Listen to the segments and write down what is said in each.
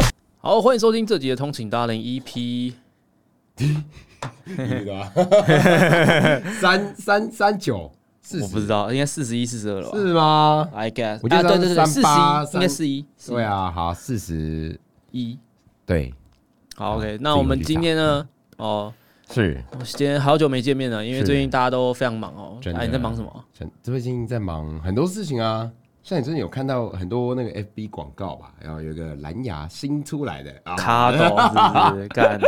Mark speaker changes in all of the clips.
Speaker 1: ，欢迎收听这集的《通勤达人》EP。
Speaker 2: 对 吧？
Speaker 3: 啊三三三九四
Speaker 1: 我不知
Speaker 3: 十
Speaker 1: 道，应该四十一、四十二了吧
Speaker 3: 是吗？
Speaker 1: ？I guess，
Speaker 3: 我记
Speaker 1: 啊，
Speaker 3: 得
Speaker 1: 对对对，四十
Speaker 3: 38
Speaker 1: 一，应该四一，
Speaker 3: 对啊，好四十
Speaker 1: 一。
Speaker 3: 对
Speaker 1: 好，OK，那
Speaker 3: 自己
Speaker 1: 我们
Speaker 3: 回去
Speaker 1: 今天呢？哦，
Speaker 3: 是
Speaker 1: 我今天好久没见面了，因为
Speaker 3: 是
Speaker 1: 最近大家都非常忙哦。
Speaker 3: 真的
Speaker 1: 哎，你在忙什么？
Speaker 3: 真最近在忙很多事情啊。像你最近有看到很多那个 FB 广告吧，然后有一个蓝牙新出来的啊，
Speaker 1: 卡抖是不是？干，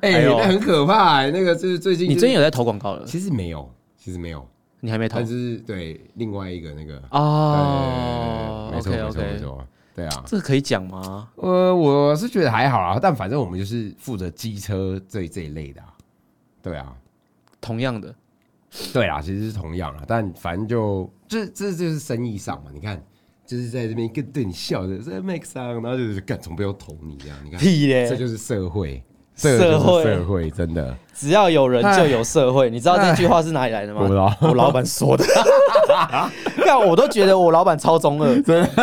Speaker 3: 哎、
Speaker 1: 哎呦
Speaker 3: 那很可怕、哎那个就是最近、
Speaker 1: 你
Speaker 3: 就是、
Speaker 1: 最近有在投广告了？
Speaker 3: 其实没有，其实没有，
Speaker 1: 你还没投
Speaker 3: 但是对另外一个那个
Speaker 1: 哦？OK
Speaker 3: 对没错没错没
Speaker 1: OK，
Speaker 3: 错，对啊，
Speaker 1: 这个可以讲吗？
Speaker 3: 呃，我是觉得还好啦，但反正我们就是负责机车这这一类的、啊，对啊，
Speaker 1: 同样的，
Speaker 3: 对啊，其实是同样啊，但反正就这这就是生意上嘛，你看。就是在这边跟对你笑的，这 make 上，然后就是干，总不要投你这样，你看，
Speaker 4: 屁
Speaker 3: 这
Speaker 4: 嘞！
Speaker 3: 就是社会，这个
Speaker 4: 社
Speaker 3: 就是
Speaker 4: 会
Speaker 3: 社，会，真的，
Speaker 4: 只要有人就有社会。你知道这句话是哪里来的吗？
Speaker 3: 我不知道
Speaker 4: 我老板说的。看，我都觉得我老板超中二，真的。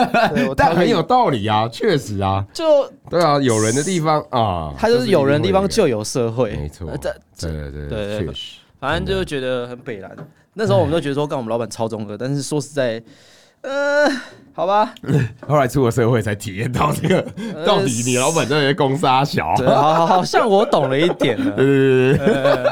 Speaker 4: 我
Speaker 3: 但
Speaker 4: 超
Speaker 3: 很有道理啊，确实啊，
Speaker 4: 就
Speaker 3: 对啊，有人的地方啊，
Speaker 4: 他就是有人的地方
Speaker 3: 是一定
Speaker 4: 就有社
Speaker 3: 会
Speaker 4: 会，
Speaker 3: 有人没错
Speaker 4: 呃，这
Speaker 3: 对对
Speaker 1: 对对
Speaker 3: 对，
Speaker 1: 对
Speaker 3: 确实，
Speaker 1: 反正就是觉得很北蓝。那时候我们都觉得说，干我们老板超中二，但是说实在，呃，好吧，
Speaker 3: 后来出了社会才体验到这个，到底你老板在在攻杀小，
Speaker 1: 呃对，好 好好像我懂了一点啊了。
Speaker 3: 对对对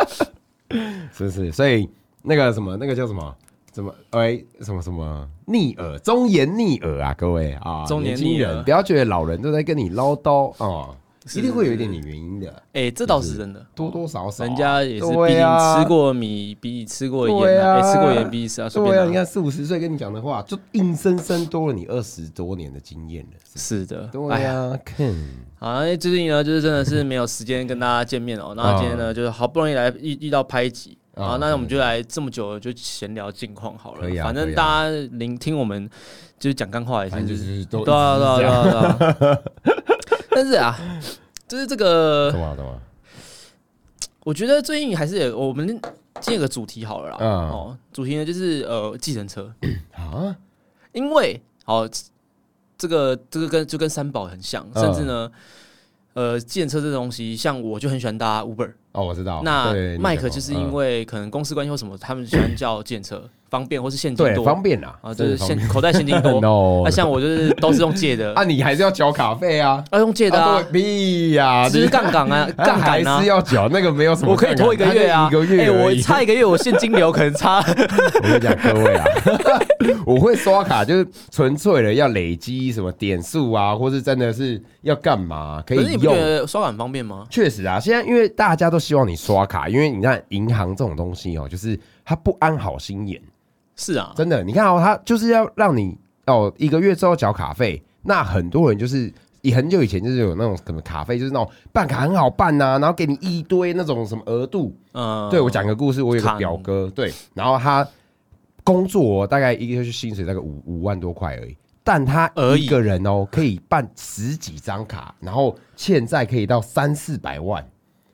Speaker 3: 对，是是，所以那个什么，那个叫什么？怎么？哎，什么什么逆耳，忠言逆耳啊，各位啊，
Speaker 1: 忠言
Speaker 3: 年
Speaker 1: 逆
Speaker 3: 轻
Speaker 1: 耳
Speaker 3: 人不要觉得老人都在跟你唠叨啊，一定会有一点点原因的，
Speaker 1: 哎、这倒是真的，
Speaker 3: 多多少少啊，
Speaker 1: 人家也是，毕
Speaker 3: 对
Speaker 1: 竟
Speaker 3: 啊
Speaker 1: 吃过米，比你吃过
Speaker 3: 对
Speaker 1: 盐啊，
Speaker 3: 啊
Speaker 1: 哎吃过盐比你吃啊，随
Speaker 3: 对啊，
Speaker 1: 便拿。
Speaker 3: 你看四五十岁跟你讲的话，就硬生生多了你二十多年的经验了。是
Speaker 1: 是的，哎
Speaker 3: 对
Speaker 1: 呀，
Speaker 3: 啊，看
Speaker 1: 好，那最近呢，就是真的是没有时间跟大家见面哦。那今天呢，就是好不容易来遇遇到拍集
Speaker 3: 啊
Speaker 1: 啊，那我们就来这么久了就闲聊近况好
Speaker 3: 可
Speaker 1: 了
Speaker 3: 以。啊
Speaker 1: 反
Speaker 3: 可
Speaker 1: 正
Speaker 3: 以啊
Speaker 1: 大家聆听我们就是讲干话也，
Speaker 3: 反正就是是都
Speaker 1: 对啊对啊对啊对啊。 但是啊，就是这个
Speaker 3: 懂，吗？懂吗？啊
Speaker 1: 我觉得最近还是有我们今天有个主题好了啦。
Speaker 3: 嗯
Speaker 1: 哦，主题呢就是呃，计程车。
Speaker 3: 啊，
Speaker 1: 因为好，这个这个跟就跟三宝很像，
Speaker 3: 嗯
Speaker 1: 甚至呢，呃，计程车这东西，像我就很喜欢搭 Uber，、
Speaker 3: 哦，我知道。
Speaker 1: 那
Speaker 3: 对
Speaker 1: 麦克就是因、
Speaker 3: 你嗯
Speaker 1: 为可能公司关系或什么，他们喜欢叫计程 车，方便或是现
Speaker 3: 讲
Speaker 1: 金
Speaker 3: 嗯对
Speaker 1: 多
Speaker 3: 方便啊，
Speaker 1: 啊，就是
Speaker 3: 真的
Speaker 1: 现口袋现金
Speaker 3: 方便
Speaker 1: 多。
Speaker 3: no
Speaker 1: 那、像我就是都是用借的，
Speaker 3: 啊，你还是要缴卡费啊，
Speaker 1: 要用借的
Speaker 3: 啊
Speaker 1: 啊
Speaker 3: 对，屁呀，
Speaker 1: 只是杠杆 啊，
Speaker 3: 你
Speaker 1: 杠杆
Speaker 3: 还
Speaker 1: 啊
Speaker 3: 是。要缴那个没有什么，
Speaker 1: 我可以拖一个月啊，
Speaker 3: 一个月而
Speaker 1: 我
Speaker 3: 已。
Speaker 1: 差一个月，我现金流可能差。
Speaker 3: 我跟你讲，各位啊， 我会刷卡就是纯粹的要累积什么点数啊，或是真的是要干嘛可
Speaker 1: 可是
Speaker 3: 以
Speaker 1: 你不觉
Speaker 3: 用。
Speaker 1: 得刷碗方便吗？
Speaker 3: 确实啊，现在因为大家都希望你刷卡，因为你看银行这种东西哦，就是它不安好心眼，
Speaker 1: 是啊，
Speaker 3: 真的。你看哦，它就是要让你哦一个月之后缴卡费，那很多人就是。也很久以前就是有那种什么卡费，就是那种办卡很好办呐、然后给你一堆那种什么额度。
Speaker 1: 嗯，
Speaker 3: 对我讲个故事，我有个
Speaker 1: 卡
Speaker 3: 表哥，对，然后他工作、哦、大概一个月薪水大概五五万多块而已，但他
Speaker 1: 而已
Speaker 3: 一个人哦可以办十几张卡，然后欠债可以到三四百万，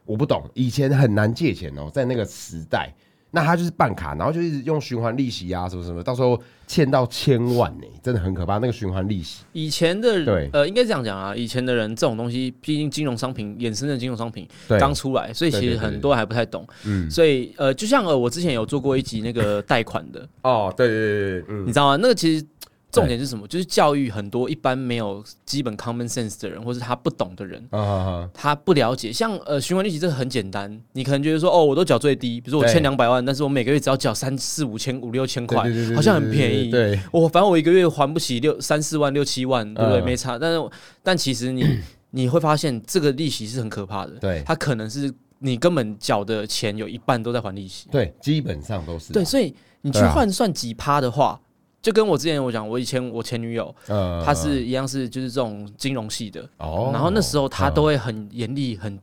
Speaker 3: 我不懂，以前很难借钱哦，在那个时代，那他就是办卡，然后就是用循环利息啊什么什么，到时候欠到千万呢、真的很可怕，那个循环利息，
Speaker 1: 以前的
Speaker 3: 对
Speaker 1: 呃，应该这样讲啊，以前的人这种东西，毕竟金融商品衍生的金融商品
Speaker 3: 对，
Speaker 1: 刚出来，所以其
Speaker 3: 对
Speaker 1: 实
Speaker 3: 对对
Speaker 1: 很多还不太懂。
Speaker 3: 嗯，
Speaker 1: 所以呃，就像呃，我之前有做过一集那 个贷款的，
Speaker 3: 哦，对对对对，嗯
Speaker 1: 你知道吗？那个其实重点是什么？就是教育很多一般没有基本 common sense 的人，或是他不懂的人。
Speaker 3: 啊啊啊，
Speaker 1: 他不了解，像呃循环利息这个很简单，你可能觉得说哦，我都缴最低，比如说我
Speaker 3: 对
Speaker 1: 欠两百万，但是我每个月只要缴三四五千五六千块
Speaker 3: 对对对对，对
Speaker 1: 好像很便宜。
Speaker 3: 对对对
Speaker 1: 我反正我一个月还不起六三四万六七万，对不对？
Speaker 3: 嗯
Speaker 1: 没差。但是我但其实 你你会发现这个利息是很可怕的，
Speaker 3: 对
Speaker 1: 它可能是你根本缴的钱有一半都在还利息。
Speaker 3: 对，基本上都是啊，
Speaker 1: 对，所以你去
Speaker 3: 对啊
Speaker 1: 换算几趴的话，就跟我之前我讲，我以前我前女友
Speaker 3: 呃
Speaker 1: 她是一样是就是这种金融系的，
Speaker 3: 哦，
Speaker 1: 然后那时候她
Speaker 3: 嗯
Speaker 1: 都会很严厉，很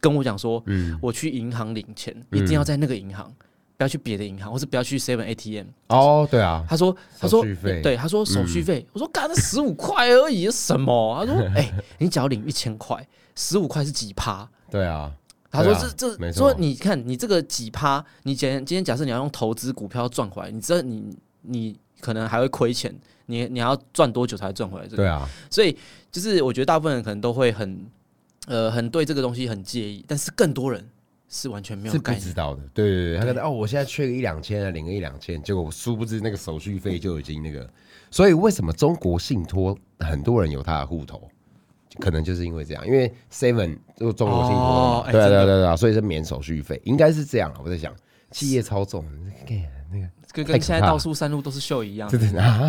Speaker 1: 跟我讲说，
Speaker 3: 嗯
Speaker 1: 我去银行领钱一
Speaker 3: 嗯
Speaker 1: 定要在那个银行。不要去别的银行，或是不要去 Seven ATM。
Speaker 3: 哦，对啊，
Speaker 1: 他说，他说
Speaker 3: 手续，费嗯
Speaker 1: 对，他说手续费。我说，干，那十五块而已，什么？ 他说，哎、你只要领一千块，十五块是几趴？
Speaker 3: 对啊，
Speaker 1: 他说
Speaker 3: 对啊
Speaker 1: 这这
Speaker 3: 没错
Speaker 1: 说你看你这个几趴，你今天今天假设你要用投资股票赚回来，你知道你你可能还会亏钱，你你还要赚多久才会赚回来这个？
Speaker 3: 对啊，
Speaker 1: 所以就是我觉得大部分人可能都会很呃很对这个东西很介意，但是更多人是完全没有
Speaker 3: 是不
Speaker 1: 概念
Speaker 3: 知。道的，对对对，他可能哦，我现在缺个一两千啊，领个一两千，结果殊不知那个手续费就已经那个，所以为什么中国信托很多人有他的户头，可能就是因为这样，因为 Seven 就中国信托嘛、
Speaker 1: 哦哎
Speaker 3: 对啊
Speaker 1: 真
Speaker 3: 对
Speaker 1: 的
Speaker 3: 啊对啊对啊，所以是免手续费，应该是这样啊，我在想企业操纵， 干那个
Speaker 1: 跟
Speaker 3: 太
Speaker 1: 跟
Speaker 3: 可
Speaker 1: 现在
Speaker 3: 怕
Speaker 1: 到
Speaker 3: 了
Speaker 1: 处山路都是秀一样，
Speaker 3: 真的啊，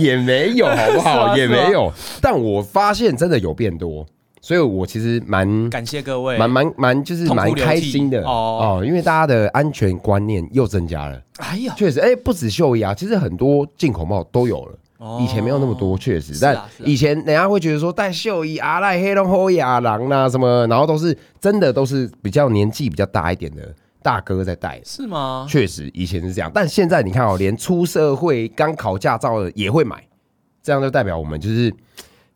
Speaker 3: 也没有好不
Speaker 1: 是
Speaker 3: 好，
Speaker 1: 啊
Speaker 3: 也
Speaker 1: 是啊
Speaker 3: 没有，但我发现真的有变多，所以我其实蛮
Speaker 1: 感谢各位。
Speaker 3: 蛮蛮蛮，就是
Speaker 1: 痛哭
Speaker 3: 蛮
Speaker 1: 流涕
Speaker 3: 开心的
Speaker 1: 哦
Speaker 3: 哦因为大家的安全观念又增加了，
Speaker 1: 哎呀，
Speaker 3: 确实，哎、不止秀衣啊，其实很多进口帽都有了。
Speaker 1: 哦
Speaker 3: 以前没有那么多，确实，
Speaker 1: 是啊
Speaker 3: 但
Speaker 1: 是啊
Speaker 3: 以前人家会觉得说戴秀衣、阿赖黑龙后裔、阿郎啦什么，然后都是真的都是比较年纪比较大一点的大哥在戴，
Speaker 1: 是吗？
Speaker 3: 确实以前是这样，但现在你看哦，连出社会刚考驾照的也会买，这样就代表我们就是，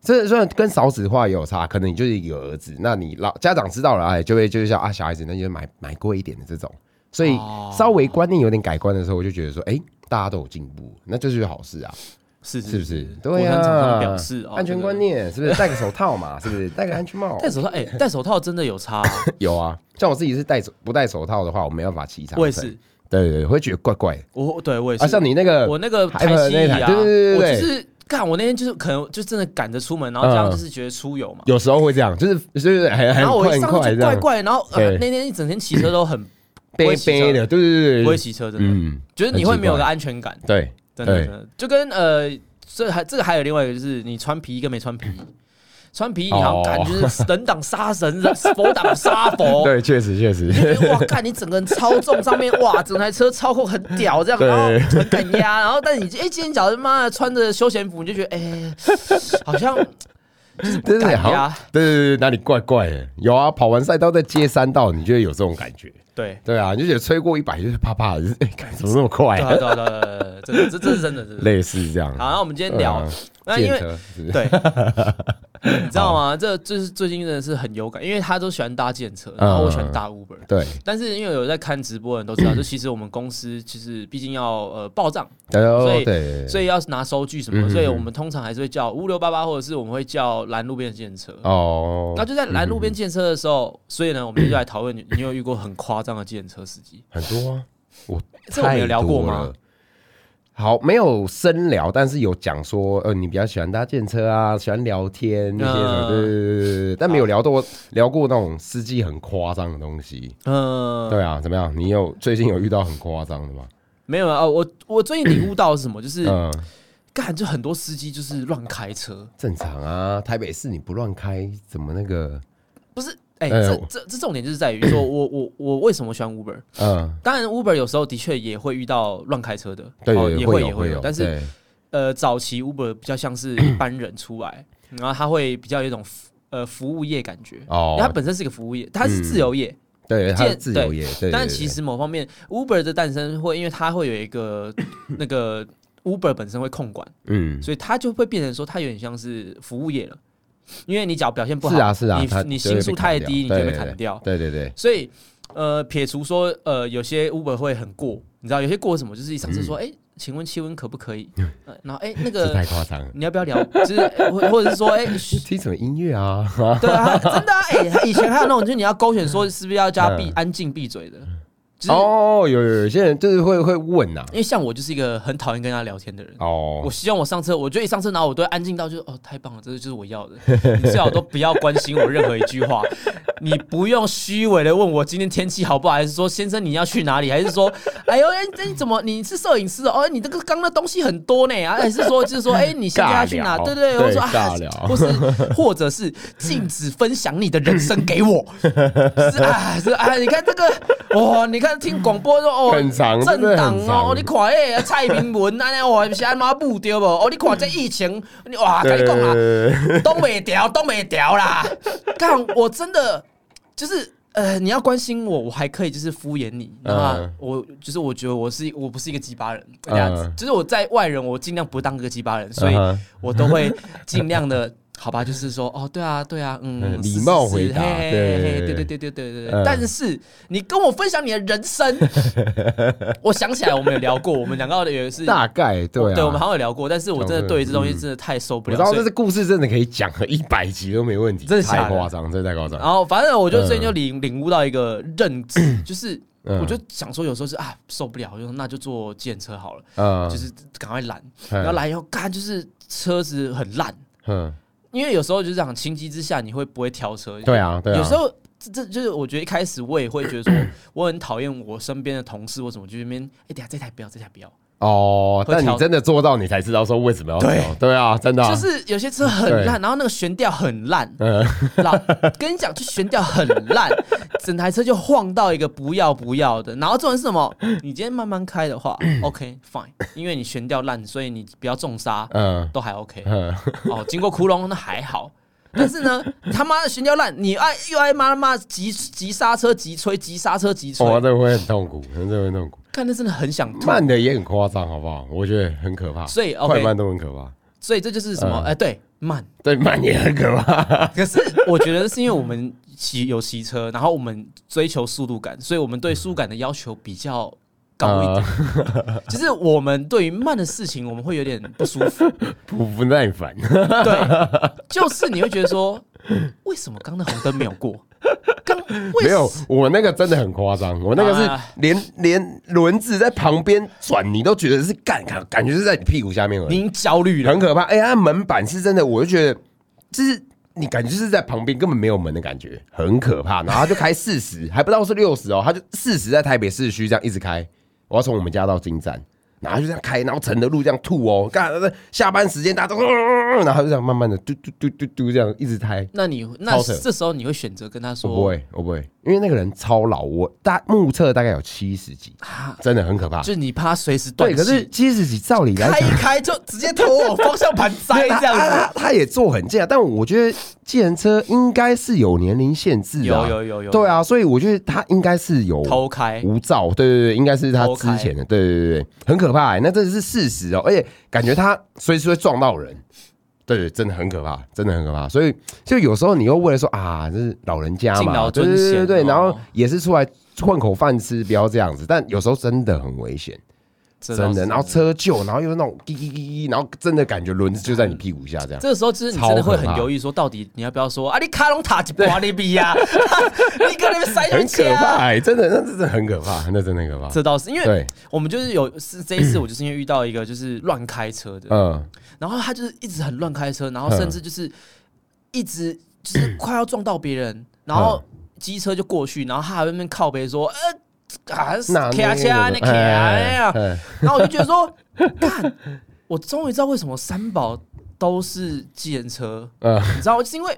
Speaker 3: 这虽然跟少子化也有差，可能你就是有儿子，那你老家长知道了，哎，就会就是想啊，小孩子那你就买买贵一点的这种，所以
Speaker 1: 哦
Speaker 3: 稍微观念有点改观的时候，我就觉得说，哎、大家都有进步，那这就是好事啊，
Speaker 1: 是是
Speaker 3: 是不是？对
Speaker 1: 我
Speaker 3: 呀、
Speaker 1: 很常常
Speaker 3: 啊，
Speaker 1: 表示哦
Speaker 3: 安全观。念是不是戴个手套嘛？是不是戴个安全帽
Speaker 1: 这个？戴手套，哎，戴手套真的有 差啊。
Speaker 3: 有啊，像我自己是戴手不戴手套的话，我没办法骑长
Speaker 1: 我也
Speaker 3: 城
Speaker 1: 是，
Speaker 3: 对对对，会觉得怪怪的
Speaker 1: 我对我也
Speaker 3: 啊，
Speaker 1: 是
Speaker 3: 像。你那个
Speaker 1: 我那个
Speaker 3: 台
Speaker 1: 台
Speaker 3: 本
Speaker 1: 西
Speaker 3: 那一台
Speaker 1: 啊，
Speaker 3: 对对对对
Speaker 1: 我就
Speaker 3: 对嗯
Speaker 1: 是干，我那天就是可能就真的赶着出门，然后这样就是觉得出游嘛。
Speaker 3: 有时候会这样，就是就是很很
Speaker 1: 然后我
Speaker 3: 快
Speaker 1: 一
Speaker 3: 很
Speaker 1: 上去
Speaker 3: 快
Speaker 1: 就
Speaker 3: 这
Speaker 1: 怪
Speaker 3: 样，
Speaker 1: 怪，然后呃
Speaker 3: 对
Speaker 1: 那天一整天骑车都很
Speaker 3: 背背的，对对对
Speaker 1: 不会
Speaker 3: 对，
Speaker 1: 骑车，真的，
Speaker 3: 嗯，
Speaker 1: 觉得你会没有个
Speaker 3: 很奇
Speaker 1: 安全感，
Speaker 3: 怪对
Speaker 1: 真的
Speaker 3: 对
Speaker 1: 真的，就跟呃，这还这个还有另外一个就是你穿皮衣跟没穿皮衣，穿皮衣你
Speaker 3: 哦
Speaker 1: 好像感觉是 人挡杀神， 佛挡杀佛，
Speaker 3: 对，确实 确实，
Speaker 1: 哇，看哦你整个人操纵上面，哇，整台车操控很屌，这样，
Speaker 3: 对
Speaker 1: 然后很敢压，然后但你哎、今天假如妈的穿着休闲服，你就觉得哎、好像就是不
Speaker 3: 真
Speaker 1: 敢
Speaker 3: 的好像
Speaker 1: 压，，
Speaker 3: 对对对，对哪里怪怪的？有啊，跑完赛道再接山道，你就会有这种感觉，
Speaker 1: 对，
Speaker 3: 对啊，你就觉得吹过一百就是啪啪的，就是 哎，干怎么那么快
Speaker 1: 对
Speaker 3: 啊
Speaker 1: 啊？对啊对啊对啊对啊，真的这这是真的，这是真 的。
Speaker 3: 类似这样，
Speaker 1: 好，那我们今天聊
Speaker 3: 嗯，
Speaker 1: 那因
Speaker 3: 电
Speaker 1: 为
Speaker 3: 车是不是
Speaker 1: 对，你知道吗？这这是最近真的是很有感，因为他都喜欢搭建车，然后我喜欢搭 Uber。
Speaker 3: 对，
Speaker 1: 但是因为有在看直播的人都知道，就其实我们公司其实毕竟要呃报账，
Speaker 3: 然
Speaker 1: 所
Speaker 3: 后
Speaker 1: 以
Speaker 3: 对，
Speaker 1: 所以要拿收据什么的，
Speaker 3: 嗯
Speaker 1: 所以我们通常还是会叫五六八八，或者是我们会叫拦路边的建车。
Speaker 3: 哦
Speaker 1: 那，就在拦路边建车的时候，所以呢，我们就来讨论你 你有遇过很夸张的建车司机？
Speaker 3: 很多啊， 我
Speaker 1: 这我们有聊过吗
Speaker 3: 太多了？好，没有深聊，但是有讲说，呃，你比较喜欢搭电车啊，喜欢聊天那些的，
Speaker 1: 嗯
Speaker 3: 对对对对对，但没有聊到聊过那种司机很夸张的东西。
Speaker 1: 嗯，
Speaker 3: 对啊，怎么样？你有最近有遇到很夸张的吗？
Speaker 1: 没有啊，哦我我最近领悟到的是什么？就是
Speaker 3: 嗯，
Speaker 1: 干，就很多司机就是乱开车，
Speaker 3: 正常啊，台北市你不乱开，怎么那个？
Speaker 1: 不是？哎，
Speaker 3: 哎
Speaker 1: 这
Speaker 3: 我
Speaker 1: 这这重点就是在于 说，我我我为什么喜欢 Uber？
Speaker 3: 嗯，
Speaker 1: 当然，Uber 有时候的确也会遇到乱开车的，
Speaker 3: 对，
Speaker 1: 哦
Speaker 3: 有
Speaker 1: 也
Speaker 3: 会
Speaker 1: 会
Speaker 3: 有
Speaker 1: 也会
Speaker 3: 有，
Speaker 1: 但是
Speaker 3: 对
Speaker 1: 呃，早期 Uber 比较像是一般人出 来，然后他会比较有一种服呃服务业感觉，因为它
Speaker 3: 哦，嗯
Speaker 1: 本身是一个服务业，它是自由业，
Speaker 3: 对，它是
Speaker 1: 见
Speaker 3: 自由业，对，
Speaker 1: 但
Speaker 3: 对
Speaker 1: 其实某方面 Uber 的诞生会，因为它会有一 个那个 Uber 本身会控管，
Speaker 3: 对嗯，
Speaker 1: 所以它就会变成说它有点像是服务业了，因为你只要表现不好，
Speaker 3: 是啊是啊，它
Speaker 1: 你你
Speaker 3: 就会
Speaker 1: 薪数
Speaker 3: 被砍
Speaker 1: 太
Speaker 3: 掉
Speaker 1: 低，你就
Speaker 3: 对
Speaker 1: 会被
Speaker 3: 对
Speaker 1: 砍
Speaker 3: 对
Speaker 1: 掉，
Speaker 3: 对对对，
Speaker 1: 所以呃，撇除说呃，有些 Uber 会很过，你知道有些过什么，就是一上车说，哎、请问气温可不可以？ 呃然后哎、那
Speaker 3: 这
Speaker 1: 个
Speaker 3: 嗯太夸张了。
Speaker 1: 你要不要聊？就是 呃或或者是说，哎、嘘
Speaker 3: 听什么音乐啊？
Speaker 1: 对啊，真的啊，哎、以前还有那种，就是你要勾选说是不是要加
Speaker 3: 嗯
Speaker 1: 闭、安静闭嘴的，就是、
Speaker 3: 哦，有有有些人就是会会问呐、
Speaker 1: 因为像我就是一个很讨厌跟他聊天的人。我
Speaker 3: 哦，
Speaker 1: 希望我上车，我觉得一上车，然后我都会安静到就是哦，太棒了，这就是我要的。 你最好都不要关心我任何一句话，你不用虚伪的问我今天天气好不好，还是说先生你要去哪里，还是说 哎呦哎这你怎么你是摄影师哦，哎你这个刚的东西很多呢 啊，还是说就是说哎你现在要去哪？
Speaker 3: 尬聊
Speaker 1: 对对，
Speaker 3: 对
Speaker 1: 我说啊
Speaker 3: 尬聊，
Speaker 1: 或是 或者是禁止分享你的人生给我， 是啊是啊，你看这个哇，你看听广播说哦，
Speaker 3: 很长
Speaker 1: 政
Speaker 3: 真的
Speaker 1: 党
Speaker 3: 很
Speaker 1: 哦，
Speaker 3: 长
Speaker 1: 你看迄个蔡英文安尼 哇，是安妈母对无？哦，你看这疫情，你哇，跟你讲啊，挡袂掉，挡袂掉啦！看我真的就是。呃，你要关心我，我还可以就是敷衍你，
Speaker 3: 嗯
Speaker 1: 那、我就是我觉得我是我不是一个鸡巴人，这样子，
Speaker 3: 嗯
Speaker 1: 就是我在外人我尽量不当个鸡巴人，所以
Speaker 3: 嗯哼
Speaker 1: 我都会尽量的好吧，就是说，哦，对啊，对 啊，嗯，
Speaker 3: 嗯
Speaker 1: 是
Speaker 3: 礼貌回答
Speaker 1: 是是嘿嘿嘿
Speaker 3: 对
Speaker 1: 对对对对对对
Speaker 3: 嗯
Speaker 1: 对。但是你跟我分享你的人生， 我想起来我们有聊过，我们两个有一次，
Speaker 3: 大概对啊，
Speaker 1: 对，我们好像有聊过，但是我真的对这东西
Speaker 3: 嗯
Speaker 1: 真的太受不
Speaker 3: 我
Speaker 1: 了
Speaker 3: 知，道
Speaker 1: 所以
Speaker 3: 这是故事，真的可以讲一百集都没问题，
Speaker 1: 真的假
Speaker 3: 太
Speaker 1: 的
Speaker 3: 夸张，真的太夸张。
Speaker 1: 然后反正我就最近就领、领悟到一个认 知，就是
Speaker 3: 嗯
Speaker 1: 我就想说有时候是啊受不了，我就说那就坐电车好了，
Speaker 3: 嗯，
Speaker 1: 就是赶快拦，
Speaker 3: 嗯
Speaker 1: 然后来以后干就是车子很烂，
Speaker 3: 嗯，
Speaker 1: 因为有时候就是这样情急之下你会不会调车？
Speaker 3: 对啊，对啊，
Speaker 1: 有时候。这这就是我觉得一开始我也会觉得 说，我很讨厌我身边的同事或什么，就在那边哎、等一下这台不要，这台不要，
Speaker 3: 哦，
Speaker 1: 会
Speaker 3: 但你
Speaker 1: 调
Speaker 3: 真的做到，你才知道说为什么要
Speaker 1: 对
Speaker 3: 调，对啊，真的啊，
Speaker 1: 就是有些车很烂，然后那个悬吊很烂，
Speaker 3: 嗯，
Speaker 1: 老跟你讲，就悬吊很烂，整台车就晃到一个不要不要的。然后重点是什么？你今天慢慢开的 话，OK fine，因为你悬吊烂，所以你不要重刹
Speaker 3: 嗯
Speaker 1: 都还 OK。
Speaker 3: 嗯，
Speaker 1: 哦，经过窟窿那还好。但是呢，你他妈的悬吊烂，你爱又爱妈妈急急刹车、急催、急刹车、急催，
Speaker 3: 哇，这个会很痛苦，真的会痛苦。
Speaker 1: 看那真的很想吐。
Speaker 3: 慢的也很夸张，好不好？我觉得很可怕，
Speaker 1: 所以
Speaker 3: 快
Speaker 1: OK，
Speaker 3: 慢都很可怕，
Speaker 1: 所以这就是什么？
Speaker 3: 嗯
Speaker 1: 哎、对，慢。
Speaker 3: 对，慢也很可怕。
Speaker 1: 可是 我觉得是因为我们骑有骑车，然后我们追求速度感，所以我们对速度感的要求比较高一
Speaker 3: 嗯呃
Speaker 1: 点。就是我们对于慢的事情，我们会有点不舒 服。
Speaker 3: 不不耐烦，
Speaker 1: 对，就是你会觉得说，为什么刚那红灯没有过？刚为
Speaker 3: 没有，我那个真的很夸张，我那个是
Speaker 1: 啊
Speaker 3: 连连轮子在旁边转，你都觉得是干感感觉是在你屁股下面而已，
Speaker 1: 您焦虑了
Speaker 3: 很，可怕。哎、它门板是真的，我就觉得就是你感觉就是在旁边根本没有门的感觉，很可怕。然后他就开四十， 还不到是六十哦，他就四十在台北市区这样一直开，我要从我们家到金站。然后就这样开，然后乘的路这样吐哦，干下班时间大家都，然后就这样慢慢的嘟嘟嘟嘟嘟这样一直开，
Speaker 1: 那你那
Speaker 3: 超扯
Speaker 1: 这时候你会选择跟他
Speaker 3: 我不
Speaker 1: 说，
Speaker 3: 会，我不会，因为那个人超老，我大目测大概有七十几，
Speaker 1: 啊，
Speaker 3: 真的很可怕。
Speaker 1: 就是你怕他随时断
Speaker 3: 对，
Speaker 1: 气，
Speaker 3: 可是七十几照理来
Speaker 1: 开
Speaker 3: 讲
Speaker 1: 一，开就直接头往方向盘塞
Speaker 3: 对
Speaker 1: 这
Speaker 3: 他
Speaker 1: 样
Speaker 3: 他
Speaker 1: 子。
Speaker 3: 他他也坐很近啊，但我觉得计程车应该是有年龄限制的、
Speaker 1: 有有有有
Speaker 3: 对啊，所以我觉得他应该是有
Speaker 1: 偷开，
Speaker 3: 无照，对对对，应该是他
Speaker 1: 偷
Speaker 3: 之
Speaker 1: 开
Speaker 3: 前的，对对对对，很可怕、欸，那真的是事实哦、而且感觉他随时会撞到人，对对，真的很可怕，真的很可怕。所以就有时候你又为了说啊，这是老人家
Speaker 1: 敬
Speaker 3: 嘛，
Speaker 1: 老
Speaker 3: 对
Speaker 1: 尊
Speaker 3: 对对对
Speaker 1: 贤
Speaker 3: 对，
Speaker 1: 哦
Speaker 3: 然后也是出来混口饭吃，不要这样子。但有时候真的很危险，
Speaker 1: 这倒
Speaker 3: 真的。
Speaker 1: 是
Speaker 3: 然后车旧，然后又那种滴滴滴滴，然后真的感觉轮子就在你屁股下这样。
Speaker 1: 这个时候，就是你真的会
Speaker 3: 啊
Speaker 1: 很犹豫，说到底你要不要说啊？你卡隆塔吉巴利比 呀，啊你跟那边塞
Speaker 3: 很
Speaker 1: 人
Speaker 3: 可
Speaker 1: 家
Speaker 3: 怕、
Speaker 1: 啊。
Speaker 3: 欸，真的，那真的很可怕，那真的很可怕。
Speaker 1: 这倒是因为
Speaker 3: 对，
Speaker 1: 我们就是有是这一次，我就是因为遇到一个就是乱开车的，
Speaker 3: 嗯，
Speaker 1: 然后他就是一直很乱开车，然后甚至就是一直就是快要撞到别人，
Speaker 3: 嗯
Speaker 1: 然后机车就过去，然后他还在那边靠背说，呃，啊，
Speaker 3: 那
Speaker 1: 卡车那卡啊哎那样，
Speaker 3: 嗯
Speaker 1: 然后我就觉得说，干，我终于知道为什么三宝都是计程车，
Speaker 3: 嗯
Speaker 1: 你知道吗，就是因为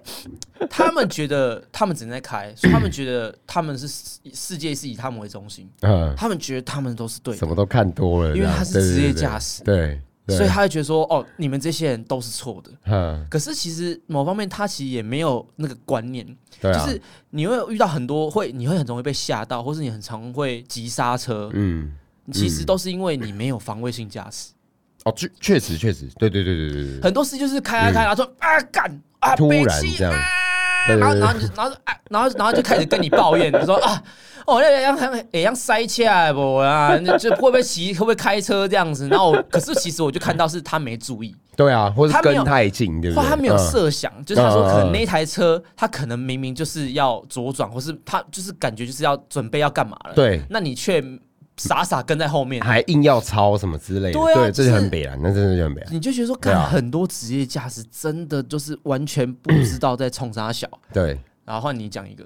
Speaker 1: 他们觉得他们只能在开，所以他们觉得他们是世世界是以他们为中心，
Speaker 3: 嗯，
Speaker 1: 他们觉得他们都是对
Speaker 3: 什
Speaker 1: 的，
Speaker 3: 么都看多了这样，
Speaker 1: 因为他是
Speaker 3: 对对
Speaker 1: 职业
Speaker 3: 对
Speaker 1: 驾驶
Speaker 3: 对，对
Speaker 1: 所以他会觉得说，哦，你们这些人都是错的。
Speaker 3: 嗯，
Speaker 1: 可是其实某方面他其实也没有那个观念，
Speaker 3: 对啊，
Speaker 1: 就是你会遇到很多会，你会很容易被吓到，或是你很常会急刹车，
Speaker 3: 嗯。
Speaker 1: 其实都是因为你没有防卫性驾驶。
Speaker 3: 哦，确确实确实，对对对对对对对，
Speaker 1: 很多事就是开开开，然后说啊干啊，
Speaker 3: 嗯突然
Speaker 1: 北七
Speaker 3: 这样
Speaker 1: 啊
Speaker 3: 对对
Speaker 1: 然后
Speaker 3: 对
Speaker 1: 然后你就然后啊然后然后就开始跟你抱怨，你 说啊，哦，那样像也像塞车的不啊， 你就会不会骑会不会开车这样子？然后我可是其实我就看到是他没注意，
Speaker 3: 对啊，或是
Speaker 1: 他没有
Speaker 3: 跟太近，对不
Speaker 1: 或
Speaker 3: 对？
Speaker 1: 他没有
Speaker 3: 嗯
Speaker 1: 设想，就是他说
Speaker 3: 嗯嗯
Speaker 1: 可能
Speaker 3: 嗯
Speaker 1: 那台车他可能明明就是要左转，或是他就是感觉就是要准备要干嘛了，
Speaker 3: 对哎
Speaker 1: 那你却傻傻跟在后面，
Speaker 3: 还硬要超什么之类的，
Speaker 1: 对啊
Speaker 3: 对，
Speaker 1: 就
Speaker 3: 这就
Speaker 1: 是
Speaker 3: 很北蓝，那真的就很北蓝，
Speaker 1: 你就觉得说，
Speaker 3: 对啊
Speaker 1: 看很多职业驾驶真的就是完全不知道在冲啥小。
Speaker 3: 对。
Speaker 1: 然后换你讲一个，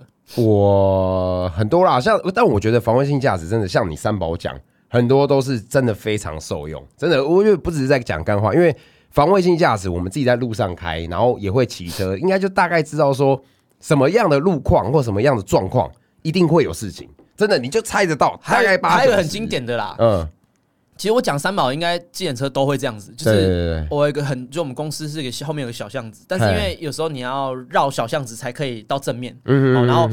Speaker 3: 我很多啦，像但我觉得防卫性价值真的像你三宝讲，很多都是真的非常受用，真的，我觉得不只是在讲干话，因为防卫性驾驶我们自己在路上开，然后也会骑车，应该就大概知道说什么样的路况或什么样的状况一定会有事情，真的你就猜得到，大
Speaker 1: 还
Speaker 3: 概
Speaker 1: 有
Speaker 3: 八
Speaker 1: 还有
Speaker 3: 九
Speaker 1: 很
Speaker 3: 十
Speaker 1: 经，典的啦。
Speaker 3: 嗯，
Speaker 1: 其实我讲三宝，应该计程车都会这样子，就
Speaker 3: 对对
Speaker 1: 是
Speaker 3: 对对。
Speaker 1: 我有一个很，就我们公司是一个后面有个小巷子，但是
Speaker 3: 嗨
Speaker 1: 因为有时候你要绕小巷子才可以到正面，
Speaker 3: 嗯
Speaker 1: 哦然后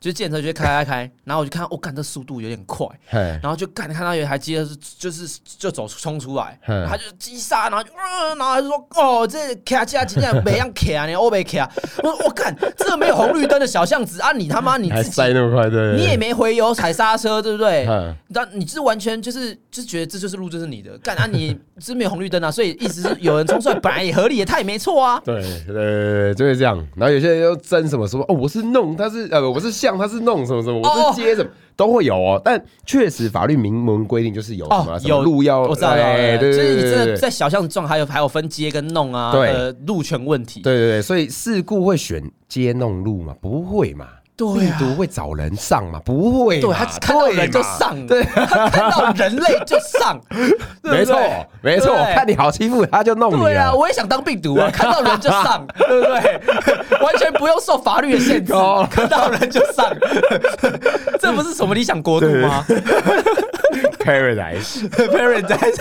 Speaker 1: 就是计程车就会开开开，然后我就看，我、哦、干这速度有点快，
Speaker 3: 嘿，
Speaker 1: 然后就干看到有一台机车是就是就走冲出来，
Speaker 3: 嗯
Speaker 1: 他就急刹，然后就嗯，然后他就说哦，这卡车竟然没让卡呢，我没卡，我说我干，这没有红绿灯的小巷子啊，你他妈你
Speaker 3: 还
Speaker 1: 自己
Speaker 3: 塞那么快，对，
Speaker 1: 你也没回油踩刹车，对不对？
Speaker 3: 嗯
Speaker 1: 那你是完全就是就是觉得这就是路就是你的，干啊你是没有红绿灯啊，所以意思是有人冲出来本来也合理的，他也没错啊。
Speaker 3: 对对对对，对就是这样。然后有些人又争什么什么哦，我是弄，他是呃，我是像，他是弄什么什么，我
Speaker 1: 哦
Speaker 3: 是接什么，都会有哦。但确实法律明文规定就是有什么
Speaker 1: 哦，
Speaker 3: 什么
Speaker 1: 有
Speaker 3: 路要，
Speaker 1: 我知道，
Speaker 3: 哎
Speaker 1: 对
Speaker 3: 对
Speaker 1: 所以
Speaker 3: 对
Speaker 1: 你
Speaker 3: 对
Speaker 1: 真
Speaker 3: 对
Speaker 1: 的
Speaker 3: 对对
Speaker 1: 在小巷子撞，还有还有分接跟弄啊，
Speaker 3: 对
Speaker 1: 呃，路权问题，
Speaker 3: 对对，所以事故会选接弄路嘛？不会嘛？
Speaker 1: 对啊
Speaker 3: 病毒会找人上嘛？不会嘛，
Speaker 1: 对他看到人就
Speaker 3: 对嘛
Speaker 1: 上，对，他看到人类就上，对
Speaker 3: 没
Speaker 1: 不
Speaker 3: 错嗯
Speaker 1: 对
Speaker 3: 没错，
Speaker 1: 对
Speaker 3: 看你好欺负他就弄你
Speaker 1: 对啊，
Speaker 3: 了。
Speaker 1: 我也想当病毒啊，看到人就 上，对不对？完全不用受法律的限制
Speaker 3: 哦，
Speaker 1: 看到人就上， 这不是什么理想国度吗
Speaker 3: Paradise，
Speaker 1: ？Paradise，